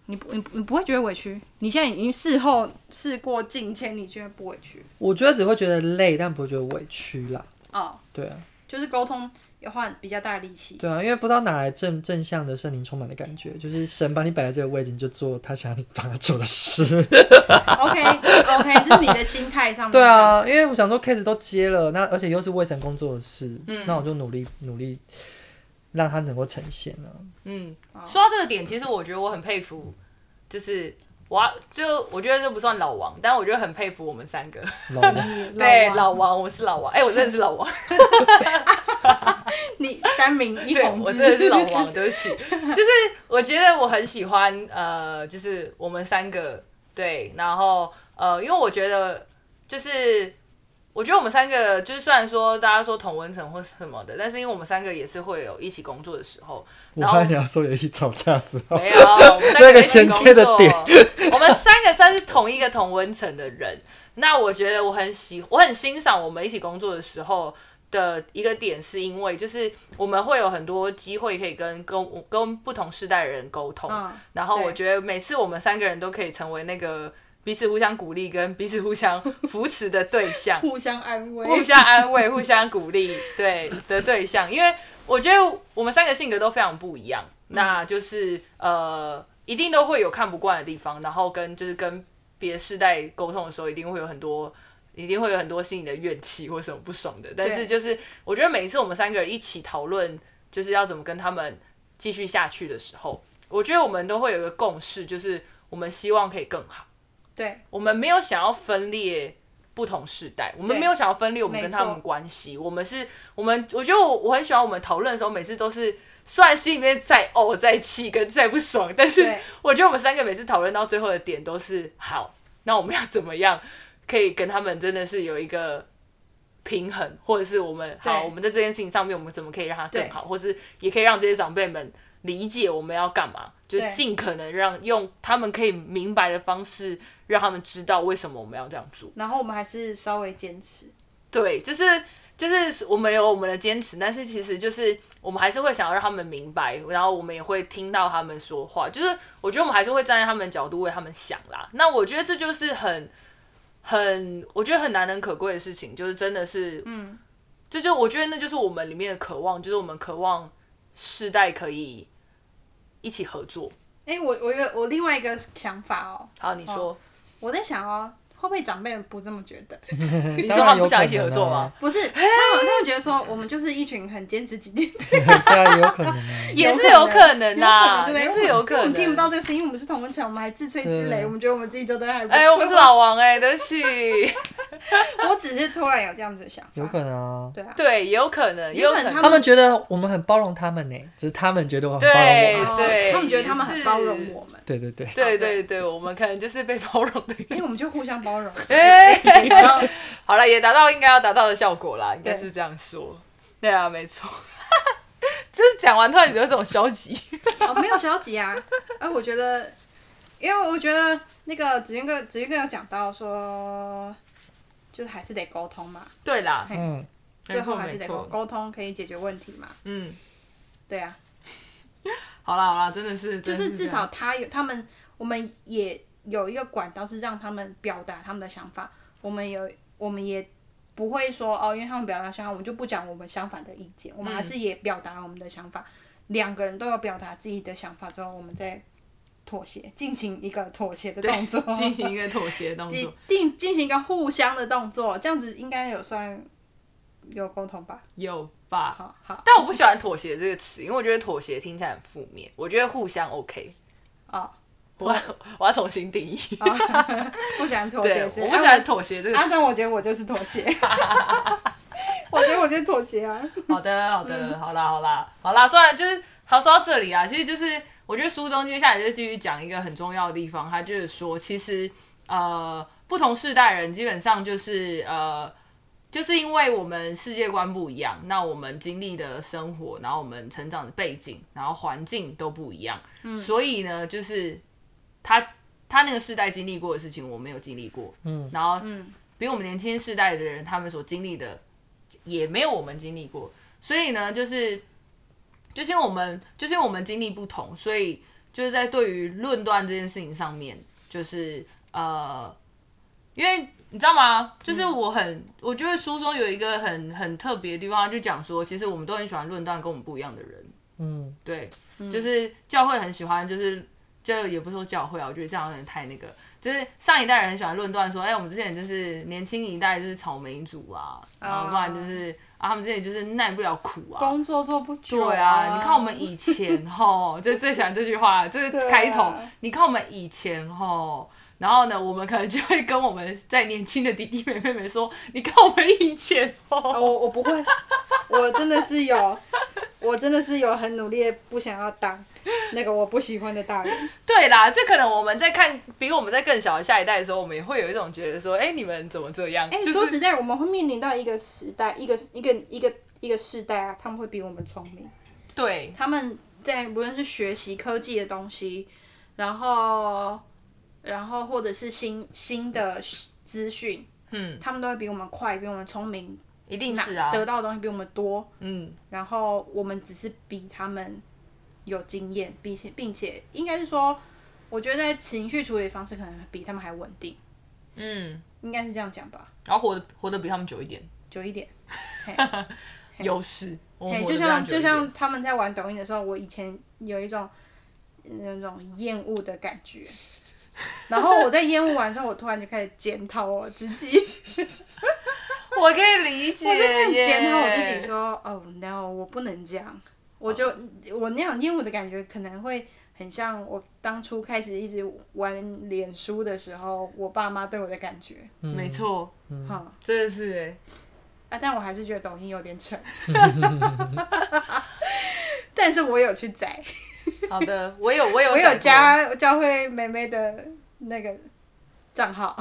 S2: 你不你不你不会觉得委屈？你现在已经事后事过境迁，你觉得不委屈？
S3: 我觉得只会觉得累，但不会觉得委屈啦。
S2: 哦、
S3: 对啊，
S2: 就是沟通要花比较大的力气。
S3: 对啊，因为不知道哪来正正向的圣灵充满的感觉，就是神把你摆在这个位置，你就做他想你帮他做的事。 (laughs)
S2: OK OK，这是你的心态上面。
S3: 啊对，啊，因为我想说 case 都接了，那而且又是未神工作的事，
S1: 嗯
S3: 那我就努力努力让他能够呈现啊。
S1: 嗯，说到这个点，其实我觉得我很佩服，就是我要就我觉得这不算老王，但我觉得很佩服我们三个。
S3: 老王
S1: 对，老王，我是老王，哎、我真的是老王，
S2: 你单名一
S1: 对
S2: 红，
S1: 我真的是老王，对不起。就是我觉得我很喜欢，呃，就是我们三个对，然后呃，因为我觉得就是。我觉得我们三个就是，虽然说大家说同温层或什么的，但是因为我们三个也是会有一起工作的时候，
S3: 我
S1: 然后
S3: 怕你要说有一起吵架的时候，
S1: 没有，我们三个
S3: 那个
S1: 一起
S3: 衔接的
S1: 工作
S3: 点，
S1: 我们三个算是同一个同温层的人。那我觉得我很喜，我很欣赏我们一起工作的时候的一个点，是因为就是我们会有很多机会可以跟跟跟不同世代的人沟通。
S2: 嗯
S3: (laughs)
S1: 然后我
S2: 对
S1: 觉得每次我们三个人都可以成为那个彼此互相鼓励跟彼此互相扶持的对象。
S2: 互相安慰。
S1: 互相安慰、 (laughs) 互相鼓励，对的对象，因为我觉得我们三个性格都非常不一样，
S2: 嗯
S1: 那就是呃，一定都会有看不惯的地方，然后跟就是跟别世代沟通的时候，一定会有很多。一定会有很多心里的怨气或什么不爽的，但是
S2: 对
S1: 就是我觉得每一次我们三个人一起讨论，就是要怎么跟他们继续下去的时候，我觉得我们都会有一个共识，就是我们希望可以更好。
S2: 对
S1: 我们没有想要分裂不同世代，我们
S2: 对
S1: 没有想要分裂我们跟他
S2: 没
S1: 们
S2: 错
S1: 关系，我们是，我们我觉得我我很喜欢我们讨论的时候，每次都是虽然心里面再怄、再气跟再不爽，但是
S2: 对
S1: 我觉得我们三个每次讨论到最后的点都是好，那我们要怎么样可以跟他们真的是有一个。平衡，或者是我们好，
S2: 对
S1: 我们在这件事情上面，我们怎么可以让它更
S2: 对
S1: 好，或是也可以让这些长辈们理解我们要干嘛，就是
S2: 对
S1: 尽可能让用他们可以明白的方式，让他们知道为什么我们要这样做。
S2: 然后我们还是稍微坚持。
S1: 对，就是就是我们有我们的坚持，但是其实就是我们还是会想要让他们明白，然后我们也会听到他们说话，就是我觉得我们还是会站在他们角度为他们想啦。那我觉得这就是很很，我觉得很难能可贵的事情，就是真的是，嗯，这就我觉得那就是我们里面的渴望，就是我们渴望世代可以一起合作。
S2: 哎、我我有我另外一个想法哦，
S1: 好，你说。
S2: 我在想哦，会不会长辈们不这么觉得？
S1: (laughs) 你说
S3: 当
S1: 他
S3: 然
S1: 们
S3: 有
S1: 不想
S3: 可
S1: 一起合
S3: 能
S1: 作吗
S3: 啊？
S2: 不是，他们他们觉得说我们就是一群很坚持己见，
S3: 对啊，也有可能啊。 (laughs)
S1: 也是有可能
S2: (laughs) 有可
S1: 啦，
S2: 能对不对？
S1: 也
S2: 因
S1: 是
S2: 为我
S1: 有
S2: 们
S1: 可
S2: 因
S1: 能。
S2: 为我们听不到这个声音，我们是同温层，我们还自吹自擂，
S3: 对
S2: 我们觉得我们自己做的还不错。
S1: 哎、我们是，老王哎、对
S2: (laughs)
S1: 不起。
S2: 我只是突然有这样子的想
S3: 有
S2: 法。
S3: 可能啊，
S2: 对啊，
S1: 对，也有可能，也
S2: 有
S1: 有
S2: 可
S1: 可
S2: 能
S1: 能。
S3: 他们觉得我们很包容他们呢，只是他们觉得我很包容
S1: 对
S3: 我。
S2: 哦
S1: 对
S2: 他们觉得他们很
S1: 是
S2: 包容我们，
S3: 对对对，
S1: 对对对，我们可能就是被包容的
S2: 因 (laughs)
S1: 人。
S2: 为我们就互相包
S1: (laughs)
S2: 容。
S1: 哎、
S2: 然后
S1: 好了，也达到应该要达到的效果啦，应该
S2: 对
S1: 是这样说。对啊，没错。 (laughs) 就是讲完突然有一种消极，
S2: 哦，没有消极啊。哎，我觉得，因为我觉得那个子云哥，子云哥有讲到说，就是还是得沟通嘛，
S1: 对啦，
S2: 嘿
S3: 嗯，
S2: 最
S1: 没
S2: 后
S1: 错
S2: 还是得
S1: 没
S2: 沟
S1: 错
S2: 沟通可以解决问题嘛。
S1: 嗯，
S2: 对啊，
S1: 好啦好啦，真的是，
S2: 就
S1: 真的
S2: 是至
S1: 这样
S2: 少他有他们，我们也有一个管道是让他们表达他们的想法，我们有，我们也不会说哦，因为他们表达相反，我们就不讲我们相反的意见，我们还是也表达了我们的想法。两个人都有表达自己的想法之后，我们再妥协，进行一个妥协的动作，
S1: (laughs) 进行一个妥协动作
S2: 进。 (laughs) 进进行一个互相的动作，这样子应该有算有沟通吧？
S1: 有吧？
S2: 好好
S1: 但我不喜欢妥协这个词，因为我觉得妥协听起来很负面。我觉得互相 OK，
S2: 哦，
S1: 我要我要重新定义。
S2: 不想妥
S1: 对，
S2: 协
S1: 我
S2: 是啊
S1: 不喜欢妥协这个
S2: 阿
S1: 词。
S2: 正，我觉得我就是妥协。 (laughs) 我觉得我就是妥协啊。
S1: 好的，好的，好啦，好啦，好啦，虽然就是好说到这里啊，其实就是我觉得书中接下来就继续讲一个很重要的地方，他就是说，其实呃，不同世代人基本上就是呃，就是因为我们世界观不一样，那我们经历的生活，然后我们成长的背景，然后环境都不一样，所以呢，就是他他那个世代经历过的事情，我没有经历过，嗯，然后比我们年轻世代的人，他们所经历的也没有我们经历过，所以呢，就是就是因为我们就是因为我们经历不同，所以就是在对于论断这件事情上面，就是呃，因为你知道吗？就是我很、我觉得书中有一个很很特别的地方，就讲说，其实我们都很喜欢论断跟我们不一样的人，
S3: 嗯，
S1: 对，就是教会很喜欢，就是就也不是说教会啊，我觉得这样有点太那个。就是上一代人很喜欢论断说，哎、我们之前就是年轻一代就是草莓族啊，然后不然就是啊，他们之前就是耐不了苦啊，
S2: 工作做不久、
S1: 对啊，你看我们以前 (laughs) 吼，就最喜欢这句话，就是
S2: 对啊
S1: 开头。你看我们以前吼，然后呢，我们可能就会跟我们在年轻的弟弟妹妹们说，你看我们以前
S2: 哦
S1: 吼，
S2: 我我不会，我真的是有，我真的是有很努力，不想要当那个我不喜欢的大人。
S1: (laughs) 对啦，这可能我们在看比我们在更小的下一代的时候，我们也会有一种觉得说，哎、你们怎么这样？
S2: 哎、
S1: 就
S2: 说
S1: 是
S2: 实在，我们会面临到一个时代，一个一个一个一个世代啊，他们会比我们聪明。
S1: 对，
S2: 他们在无论是学习科技的东西，然后然后或者是新新的资讯，
S1: 嗯，
S2: 他们都会比我们快，比我们聪明，
S1: 一定是啊，
S2: 得到的东西比我们多，
S1: 嗯，
S2: 然后我们只是比他们有经验，并且并且应该是说，我觉得在情绪处理方式可能比他们还稳定，
S1: 嗯，
S2: 应该是这样讲吧，
S1: 然后活得活得比他们久一点，
S2: 久一点。
S1: 优势，我们
S2: 嘿，
S1: 活得
S2: 就
S1: 比他
S2: 像
S1: 们久
S2: 就
S1: 一点
S2: 像他们在玩抖音的时候，我以前有一种那种厌恶的感觉，然后我在厌恶完之后，我突然就开始检讨我自己，
S1: 我可以理解
S2: 我就开始
S1: 耶，哦
S2: 检讨我自己说，哦、no，我不能这样，我就我那样厌恶的感觉可能会。很像我当初开始一直玩脸书的时候，我爸妈对我的感觉，
S1: 没错，
S2: 哈、
S1: 真的是哎。
S2: 啊，但我还是觉得抖音有
S1: (laughs)
S2: 点蠢， (laughs) 但是我有去载，
S1: 好的，我有我有
S2: 我
S1: 载
S2: 有
S1: 过，
S2: 加教会妹妹的那个
S1: (laughs)
S2: 账号，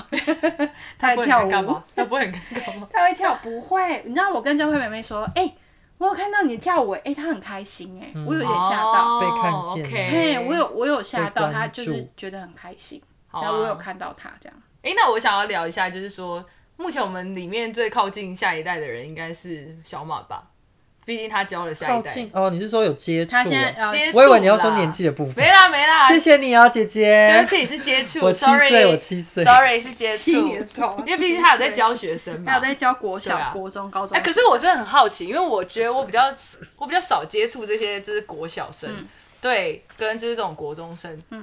S2: 她
S1: 不会
S2: 会
S1: 很
S2: 跳
S1: 尴尬
S2: 舞
S1: 吗，？ (laughs) 那不会很尴尬吗？
S2: 她会跳，不会。你知道我跟教会妹妹说，哎、我有看到你跳舞，哎、她很开心、哎、 (laughs)
S3: 嗯
S2: 我有
S1: 有
S2: 点吓到，
S3: 被看见了
S2: 嘿、
S1: 哦 OK，
S2: 我有我有吓到，
S3: 哦被关
S2: 她就是
S3: 注
S2: 觉得很开心，
S1: 好
S2: 然后我有
S1: 啊。
S2: 看到她这样。
S1: 哎，那我想要聊一下，就是说，目前我们里面最靠近下一代的人应该是小马吧，毕竟他教了下
S3: 靠
S1: 一代。
S3: 近哦，你是说有接触
S2: 她现在
S3: 哦？
S2: 呃，
S1: 接触
S3: 我以为你要说
S1: 啦
S3: 年纪的部分
S1: 没。啦没啦，
S3: 谢谢你啊，姐
S1: 对
S3: 姐
S1: 不。起，是接触。
S3: 我七
S1: sorry，
S3: 岁，我七岁。
S1: Sorry，是接触
S2: 气，你的头，
S1: 因为毕竟他有在教学生
S2: 她
S1: 嘛
S2: 有。在教国小、
S1: 对啊
S2: 国中、高中。
S1: 哎、可是我真的很好奇，因为我觉得我比较我比较少接触这些就是国小生，
S2: 嗯
S1: 对，跟就是这种国中生，嗯，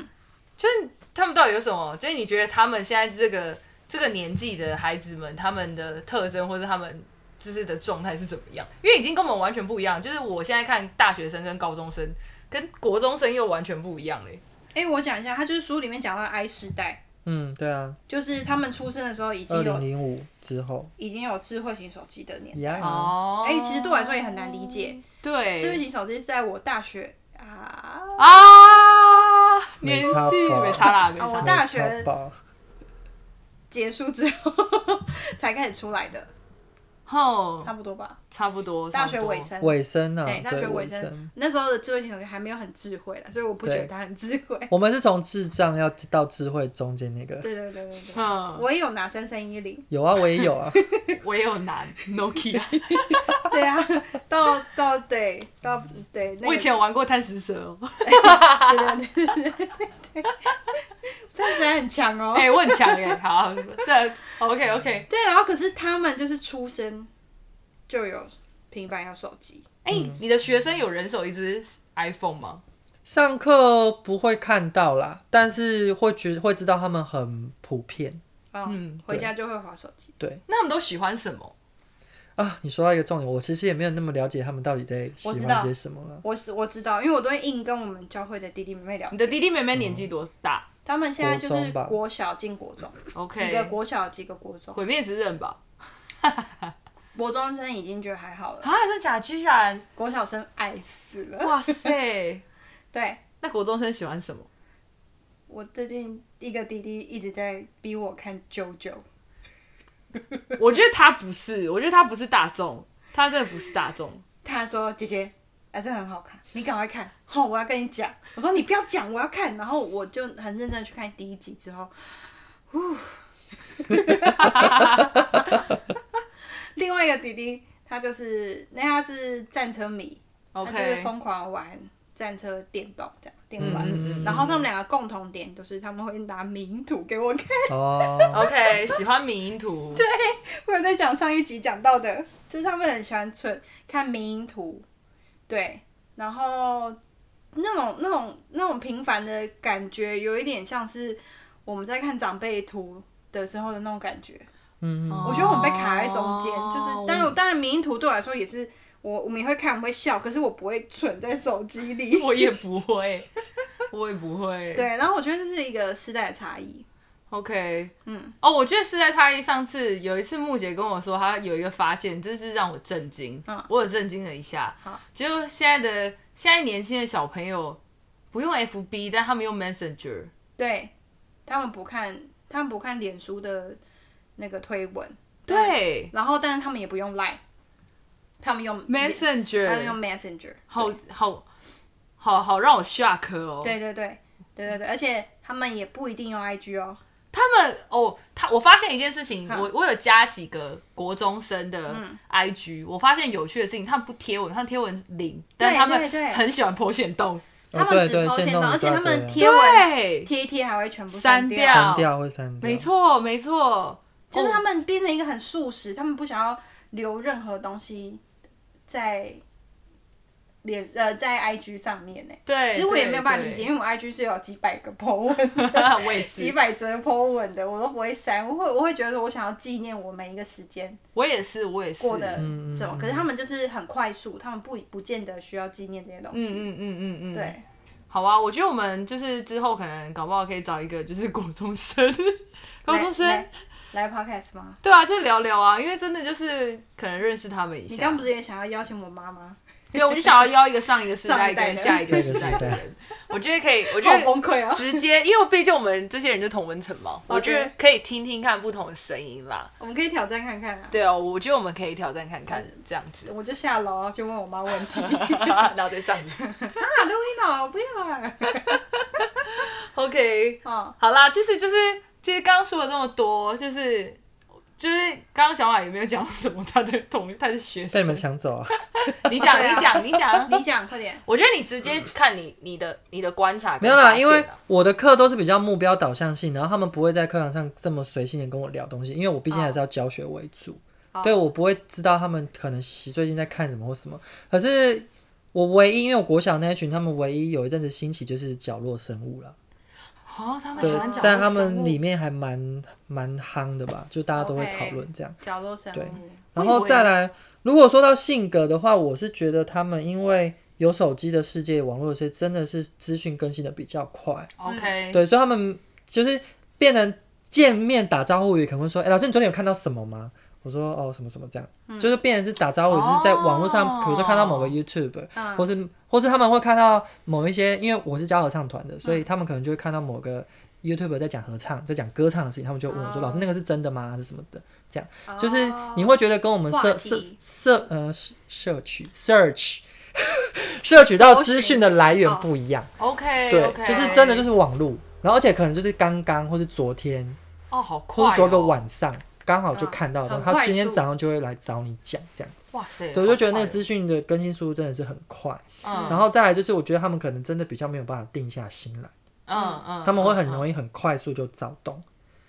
S1: 就是他们到底有什么？就是你觉得他们现在这个这个年纪的孩子们，他们的特征或者他们就是的状态是怎么样？因为已经跟我们完全不一样，就是我现在看大学生跟高中生跟国中生又完全不一样嘞。
S2: 哎、我讲一下，她就是书里面讲到 I 世代，
S3: 嗯，对啊，
S2: 就是他们出生的时候已
S3: 二
S2: 经
S3: 零
S2: 有
S3: 零五之后
S2: 已经有智慧型手机的年
S3: 一
S2: 代。
S3: 样啊。
S1: 哦
S2: 哎、其实对我来说也很难理解。智慧
S1: 对
S2: 型手机是在我大学啊
S1: 啊，
S3: 没
S1: 年纪
S3: 差吧
S1: 没差啦，没差
S2: 啊我
S1: 啦。
S2: 大
S3: 没
S2: 学
S3: 超爆
S2: 结束之后 (laughs) 才开始出来的，
S1: 吼
S2: 差不多吧。
S1: 差不多，
S2: 大学
S1: 差不多
S2: 尾。声，
S3: 尾声啊
S2: 哎，大
S3: 对
S2: 学
S3: 尾
S2: 尾
S3: 声
S2: 声。，那时候的智慧型手机还没有很智慧 (laughs) 了，所以我不觉得
S3: 对
S2: 它很智慧。
S3: 我们是从智障要到智慧中间那个。
S2: 对对对对对，
S1: 嗯，
S2: 我也有拿三三一
S3: (laughs)
S2: 零，
S3: 有啊，我也
S2: (laughs)
S3: 有啊。
S1: 我也有拿 Nokia，
S2: 对啊，到到对到对，
S1: (laughs)
S2: 那
S1: 我以 (laughs)
S2: 个
S1: 前有玩过贪食蛇哦。
S2: (laughs) 对对对对对对对，那谁很强哦。
S1: 哎、我很强耶，好， (laughs) 这 OK OK。
S2: 对，然后可是他们就是出生就有平板有手机，
S1: 哎、你的学生有人手一只 iPhone 吗？
S3: 上课不会看到啦，但是会觉会知道他们很普遍
S2: 嗯，回家就会划手机。
S1: 那他们都喜欢什么？
S3: 啊。你说到一个重点，我其实也没有那么了解他们到底在喜
S2: 我知
S3: 欢
S2: 道
S3: 些什么了。
S2: 我是我知道，因为我都会硬跟我们教会的弟弟妹妹聊
S1: 你，的弟弟妹妹年纪多大
S2: 他们现在就
S3: 国
S2: 是
S3: 中吧
S2: 国小进国中，几个
S1: ？OK，
S2: 国小几个国中，
S1: 毁灭之刃吧？
S2: 国中生已经觉得还好了，
S1: 啊，真假居然？ (laughs)
S2: 国小生爱死了。
S1: 哇塞！
S2: 对
S1: 那国中生喜欢什么？
S2: 我最近一个弟弟一直在逼我看《啾啾》，
S1: 我觉得他不是，我觉得他不是大众，他真的不是大众。
S2: 他说：“姐姐，啊，这很好看，你赶快看。”哦，我要跟你讲，我说你不要讲，我要看。然后我就很认真地去看第一集之后， (laughs) 呼，另外一个弟弟他就是那他是战车迷他就是
S1: OK，
S2: 疯狂玩战车电动这样电玩。
S1: 嗯嗯嗯
S2: 然后他们两个共同点就是他们会拿迷因图给我看， (laughs)
S3: 哦，
S1: OK，喜欢迷因图。 (laughs) 对，
S2: 我有在讲上一集讲到的，就是他们很喜欢存看迷因图，对，然后那种那种那种平凡的感觉，有一点像是我们在看长辈图的时候的那种感觉。
S3: 嗯，嗯
S2: 哦我觉得我们被卡在中间，就是当
S1: 我
S2: 然当然迷因图对我来说也是。我我们也会看，我们会笑，可是我不会存在手机里。
S1: 我也不会，我也不会。
S2: 对，然后我觉得这是一个时代的差异。
S1: OK，
S2: 嗯，
S1: 哦，我觉得是在差异。上次有一次木姐跟我说，她有一个发现，真是让我震惊。
S2: 嗯
S1: 我有震惊了一下
S2: 好。
S1: 就现在的现在年轻的小朋友不用 FB，但他们用 Messenger。
S2: 对，他们不看，他们不看脸书的那个推文，
S1: 对
S2: 然后但是他们也不用 Line，他们用他们
S1: ，Messenger，
S2: 用 Messenger。
S1: 好好好好让我 shock 哦。
S2: 对对对对对对，而且他们也不一定用 IG 哦。
S1: 他们哦，他我发现一件事情，
S2: 嗯
S1: 我我有加几个国中生的 IG，、我发现有趣的事情，他们不贴文，他们贴文零，但他
S2: 对
S1: 们
S2: 对
S1: 很喜欢剖线洞，
S2: 他
S3: 哦
S2: 们
S3: 对
S2: 只
S3: 对，
S2: 抛
S3: 现
S2: 线
S3: 动
S2: 动，而
S3: 一
S2: 且
S3: 大
S2: 他们
S3: 堆啊
S2: 贴文
S1: 对，
S2: 贴一贴还会全部
S1: 删
S2: 掉，
S1: 掉
S3: 删掉会删掉，
S1: 没错没错，
S2: 就是他
S1: 哦
S2: 们变成一个很素食，他们不想要留任何东西在脸呃在 IG 上面呢。
S1: 哎对，
S2: 其实我也没有办法
S1: 对
S2: 理解，因，为我 IG 是有几百个 po 文 (laughs)
S1: 对我也
S2: 几
S1: 是，
S2: 百则 po 文的，我都不会删，我会我会觉得说我想要纪念我每一个时间
S1: 我也是，我也是，
S2: 过的
S1: 嗯
S2: 什么，可是他们就是很快速，他们不不见得需要纪念这些东
S1: 嗯
S2: 西。
S1: 嗯嗯嗯，
S2: 对，
S1: 好啊，我觉得我们就是之后可能搞不好可以找一个就是 (laughs) 国中生，高
S2: 来
S1: 中生
S2: 来，来 podcast 吗？
S1: 对啊，就聊聊啊，因为真的就是可能认识他们一下。
S2: 你刚不是也想要邀请我妈妈？
S1: 对，我就想要邀一个上一个时代跟
S2: 上
S1: 下
S2: 一
S1: 一
S3: 代的
S1: 个时代的
S3: 上一个
S1: 人，我觉得可以，我觉
S2: 好
S1: 得
S2: 崩溃哦！
S1: 直接，因为毕竟我们这些人就同温层嘛，我觉得
S2: 对
S1: 可以听听看不同的声音啦。
S2: 我们可以挑战看看啊！
S1: 对哦，我觉得我们可以挑战看看
S2: 嗯
S1: 这样子，(laughs)
S2: (laughs) 我就下楼啊去问我妈问题。 (laughs)
S1: 然后再上。
S2: 啊，录音了，不要啊！
S1: OK，
S2: 哦，
S1: 好啦，其实就是其实刚刚说了这么多，就是就是刚刚小马也没有讲什么他的同他的学
S3: 被
S1: 生
S3: 你们，
S2: (laughs)
S3: 抢走啊！
S1: 你讲
S2: 对啊
S1: 你讲你讲，
S2: 你讲快点。
S1: 我觉得你直接看你你的你的观察
S3: 没
S1: 跟
S3: 有
S1: 发现啊，
S3: 啦，因为我的课都是比较目标导向性，然后他们不会在课堂上这么随性的跟我聊东西，因为我毕竟还是要教学为主。
S2: 哦
S3: 对，我不会知道他们可能喜最近在看什么或什么。可是我唯一，因为我国小那一群，他们唯一有一阵子兴起就是角落生物啦。
S1: 哦，他们
S3: 对
S1: 喜欢，讲
S3: 在
S1: 的
S3: 他
S1: 生
S3: 们
S1: 物
S3: 里面还蛮蛮夯的吧，就大家都会讨论这样。
S2: 角落生
S3: 对
S2: 物，
S3: 然后再来，如果说到性格的话，我是觉得他们因为有手机的世界、网络的世界，真的是资讯更新的比较快。
S1: OK，
S3: 对，所以他们就是变成见面打招呼语，可能会说：“哎、老师，你昨天有看到什么吗？”我说：“哦，什么什么这样。
S2: 嗯
S3: 就是变成是打招呼，就是在网络上，比如说看到某个 YouTube，、
S2: 哦嗯
S3: 或是或是他们会看到某一些，因为我是教合唱团的，所以
S2: 嗯
S3: 他们可能就会看到某个 YouTube 在讲合唱，在讲歌唱的事情，他们就问我说：“
S2: 哦
S3: 老师，那个是真的吗？还是什么的？”这样
S2: 哦
S3: 就是你会觉得跟我们
S2: 话
S3: 社
S2: 题
S3: 社社呃社社区 search (laughs) 摄取到资讯的来源
S2: 搜寻
S3: 不一样。
S1: OK，
S3: 对
S1: OK
S3: 就是真的就是是网路，然后而且可能就是刚刚或是昨天，
S1: 哦，好
S3: 或
S1: 快、
S3: 是
S1: 哦，
S3: 昨个，晚上刚好就看
S2: 嗯
S3: 到的，
S2: 很快
S3: 他
S2: 速
S3: 今天早上就会来找你讲这样子。
S1: 哇塞，
S3: 对，我就觉得那个
S1: 好哦
S3: 资讯的更新速度真的是很快，
S1: 快哦，嗯，
S3: 然后再来就是我觉得他们可能真的比较没有办法定下心来，
S1: 嗯嗯，
S3: 他们会很
S1: 易，
S3: 容易很快速就躁动。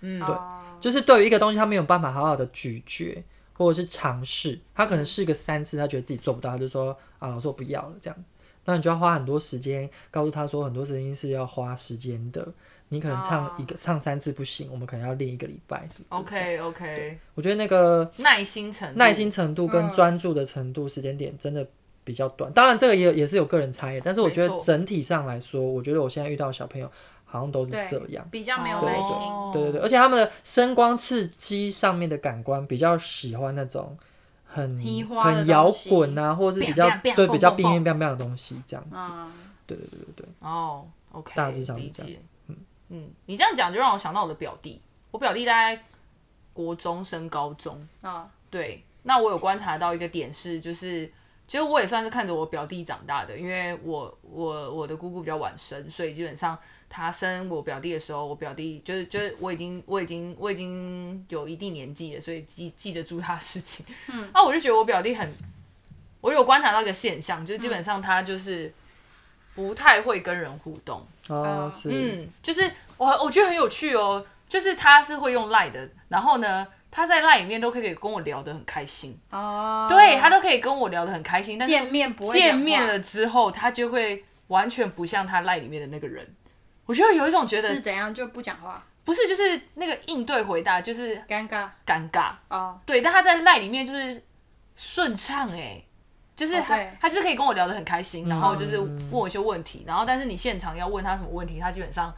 S1: 嗯，
S2: 对，
S3: 就是对于一个东西，他没有办法好好的咀嚼或者是尝试，他可能试个三次，他觉得自己做不到，他就说啊，老师我不要了这样子。那你就要花很多时间告诉他说，很多事情是要花时间的。你可能唱一个、
S1: 啊
S3: 唱三次不行，我们可能要练一个礼拜什么的。
S1: OK OK，
S3: 我觉得那个
S1: 耐心程度
S3: 耐心程度跟专注的程度、时间点真的比较短。当然，这个也也是有个人差异，但是我觉
S1: 没
S3: 得
S1: 错
S3: 整体上来说，我觉得我现在遇到的小朋友好像都是
S4: 对
S3: 这样。
S4: 比较没有
S3: 对
S4: 耐心。
S1: 哦
S3: 对对对，而且他们的声光刺激上面的感官比较喜欢那种很
S4: 嘻哈的
S3: 很摇滚啊，或者是比较
S4: biang biang biang，
S3: 对
S4: 蹦
S3: 比较
S4: 蹦
S3: 冰冰冰冰的东西这样子。
S4: 嗯，
S3: 对对对对对，
S1: 哦，OK，
S3: 大致上是
S1: 理
S3: 这样
S1: 解。嗯嗯，你这样讲就让我想到我的表弟，我表弟大概国中升高中，
S2: 哦
S4: 啊，
S1: 对，那我有观察到一个点是，就是其实我也算是看着我表弟长大的，因为我我我的姑姑比较晚生，所以基本上她生我表弟的时候，我表弟就是就是我已经我已经我已经有一定年纪了，所以记记得住他的事情。嗯，啊，我就觉得我表弟很，我有观察到一个现象，就是基本上他就是不太会跟人互动。
S3: 哦是，
S1: 嗯，就是我我觉得很有趣哦，就是他是会用赖的，然后呢，他在赖里面都可以跟我聊得很开心，
S2: 嗯
S4: 哦，
S1: 对他都可以跟我聊得很开心，但是
S2: 见面不会讲话
S1: 见面了之后，他就会完全不像他赖里面的那个人。我就有一种觉
S4: 是
S1: 得
S4: 怎样就不讲话，
S1: 不是，就是那个应对回答就是
S4: 尴尬
S1: 尴尬，
S4: 哦，
S1: 对，但他在赖里面就是顺畅哎，就是
S4: 哦
S1: 他、
S4: 对
S1: 他就是可以跟我聊得很开心，然后就是问我一些问题，然后但是你现场要问他什么问题，他基本上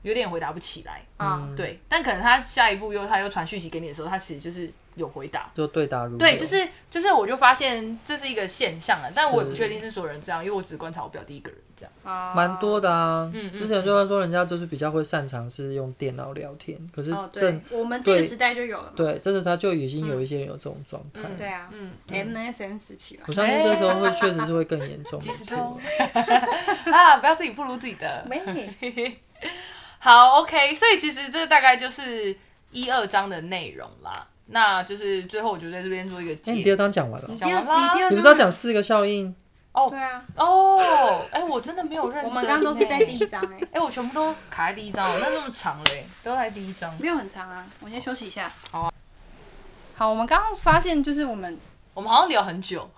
S1: 有点回答不起来。
S3: 嗯
S4: 啊，
S1: 对，但可能他下一步又他又传讯息给你的时候，他其实就是有回答。
S3: 就对答如流
S1: 对，就是就是，我就发现这是一个现象啊，但我也不
S3: 是
S1: 确定是所有人这样，因为我只观察我表弟一个人这样。
S4: 哦
S3: 蛮多的啊。
S1: 嗯嗯
S3: 之前就是说人家就是比较会擅长是用电脑聊天，可是
S4: 哦，
S3: 正
S4: 对，我们这个
S3: 对
S4: 时代就有了嘛，
S3: 对，这时候他就已经有一些人有这种状态。
S4: 对啊，
S1: 嗯，
S4: ，MSN 时期吧
S3: 我，相信这时候会确实是会更严重，没
S1: 其实
S3: 错
S1: 都。 (laughs) 啊，不要自己不如自己的。 (laughs)
S4: 没，
S1: 好，OK，所以其实这大概就是一二章的内容啦。那就是最后我就在这边做一个
S3: 哎，你第
S1: 结
S3: 二章讲完了
S4: 你
S3: 哦，
S4: 第二
S1: 讲完啦
S4: 你第二章
S3: 你不是要讲四个效应？
S4: 对啊，
S1: 哦。哎、我真的没有认
S4: 我
S1: 真欸。
S4: 们刚刚都是在第一章哎，
S1: 哎、我全部都卡在第一章哦，那那么长嘞，都在第一章。
S4: 没有很长啊，我先休息一下。
S1: 好啊
S4: 好，我们刚刚发现就是我们
S1: 我们好像聊
S4: (laughs)
S1: 很久，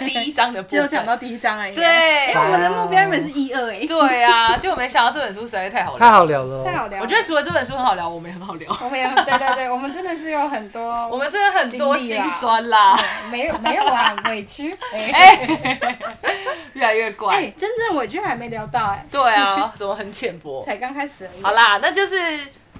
S1: 第一章的部
S4: 只有
S1: 分。
S4: 讲到第一章而已，哎因
S1: 对
S4: 为我们的
S3: 啊
S4: 目标原本是一二哎，
S1: 对啊，结果没想到这本书实在太好
S3: 太
S1: 聊。
S3: 好聊了哦，
S4: 太好聊了，哦
S1: 我觉得除了这本书很好聊，我们也很好聊。
S4: 我们也对对对，我们真的是有很多，
S1: (laughs) 我们真的很多
S4: 经历啊
S1: 心
S4: 啦 (laughs)
S1: 酸啦，
S4: 没有没有啊，委屈，哎、
S1: (laughs) 哎，越来越怪。
S4: 哎真正委屈还没聊到哎、
S1: 对啊，怎么很浅薄？
S4: 才刚开始而已。
S1: 好啦，那就是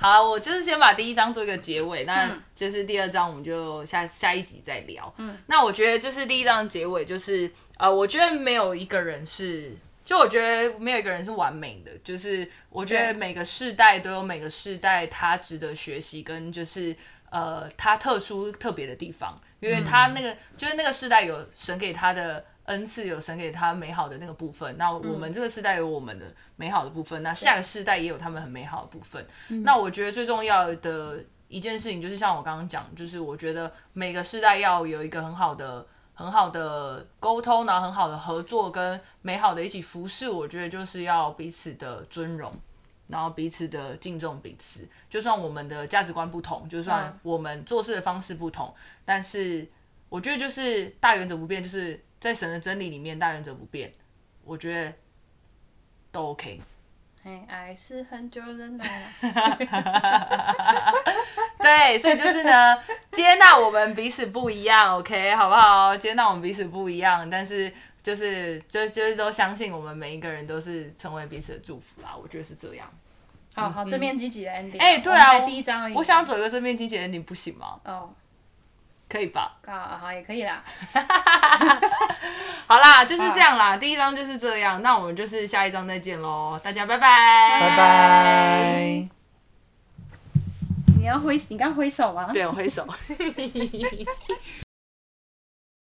S1: 好，我就是先把第一章做一个结尾，那
S4: 嗯
S1: 就是第二章我们就下下一集再聊。
S4: 嗯
S1: 那我觉得这是第一章的结尾，就是呃，我觉得没有一个人是。就我觉得没有一个人是完美的，就是我觉得
S4: 对
S1: 每个世代都有每个世代他值得学习跟就是呃他特殊特别的地方，因为他那个、就是那个世代有神给他的恩赐，有神给他美好的那个部分。那我们这个世代有我们的美好的部分，那下个世代也有他们很美好的部分。那我觉得最重要的一件事情就是像我刚刚讲，就是我觉得每个世代要有一个很好的。很好的沟通，然后很好的合作，跟美好的一起服侍，我觉得就是要彼此的尊荣，然后彼此的敬重彼此。就算我们的价值观不同，就算
S4: 嗯
S1: 我们做事的方式不同，但是我觉得就是大原则不变，就是在神的真理里面大原则不变，我觉得都 OK。
S4: 哎，爱是很久忍耐
S1: (laughs)
S4: 了。
S1: 对，所以就是呢，接纳我们彼此不一样，OK，好不好？接纳我们彼此不一样，但是就是就就是都相信我们每一个人都是成为彼此的祝福啦，我觉得是这样。
S4: 好好，这边积极的 ending。
S1: 哎对啊
S4: 我们才第一章
S2: 嗯
S4: 而已。
S1: 我想走一个身边经纪人，你不行吗？
S4: 哦，
S1: 可以吧？
S4: 啊好也可以啦。
S1: 好啦，就是这样啦，第一章就是这样，那我们就是下一章再见喽，大家拜拜，
S3: 拜拜。
S4: 你要挥，你刚挥手吗？
S1: 对我挥手。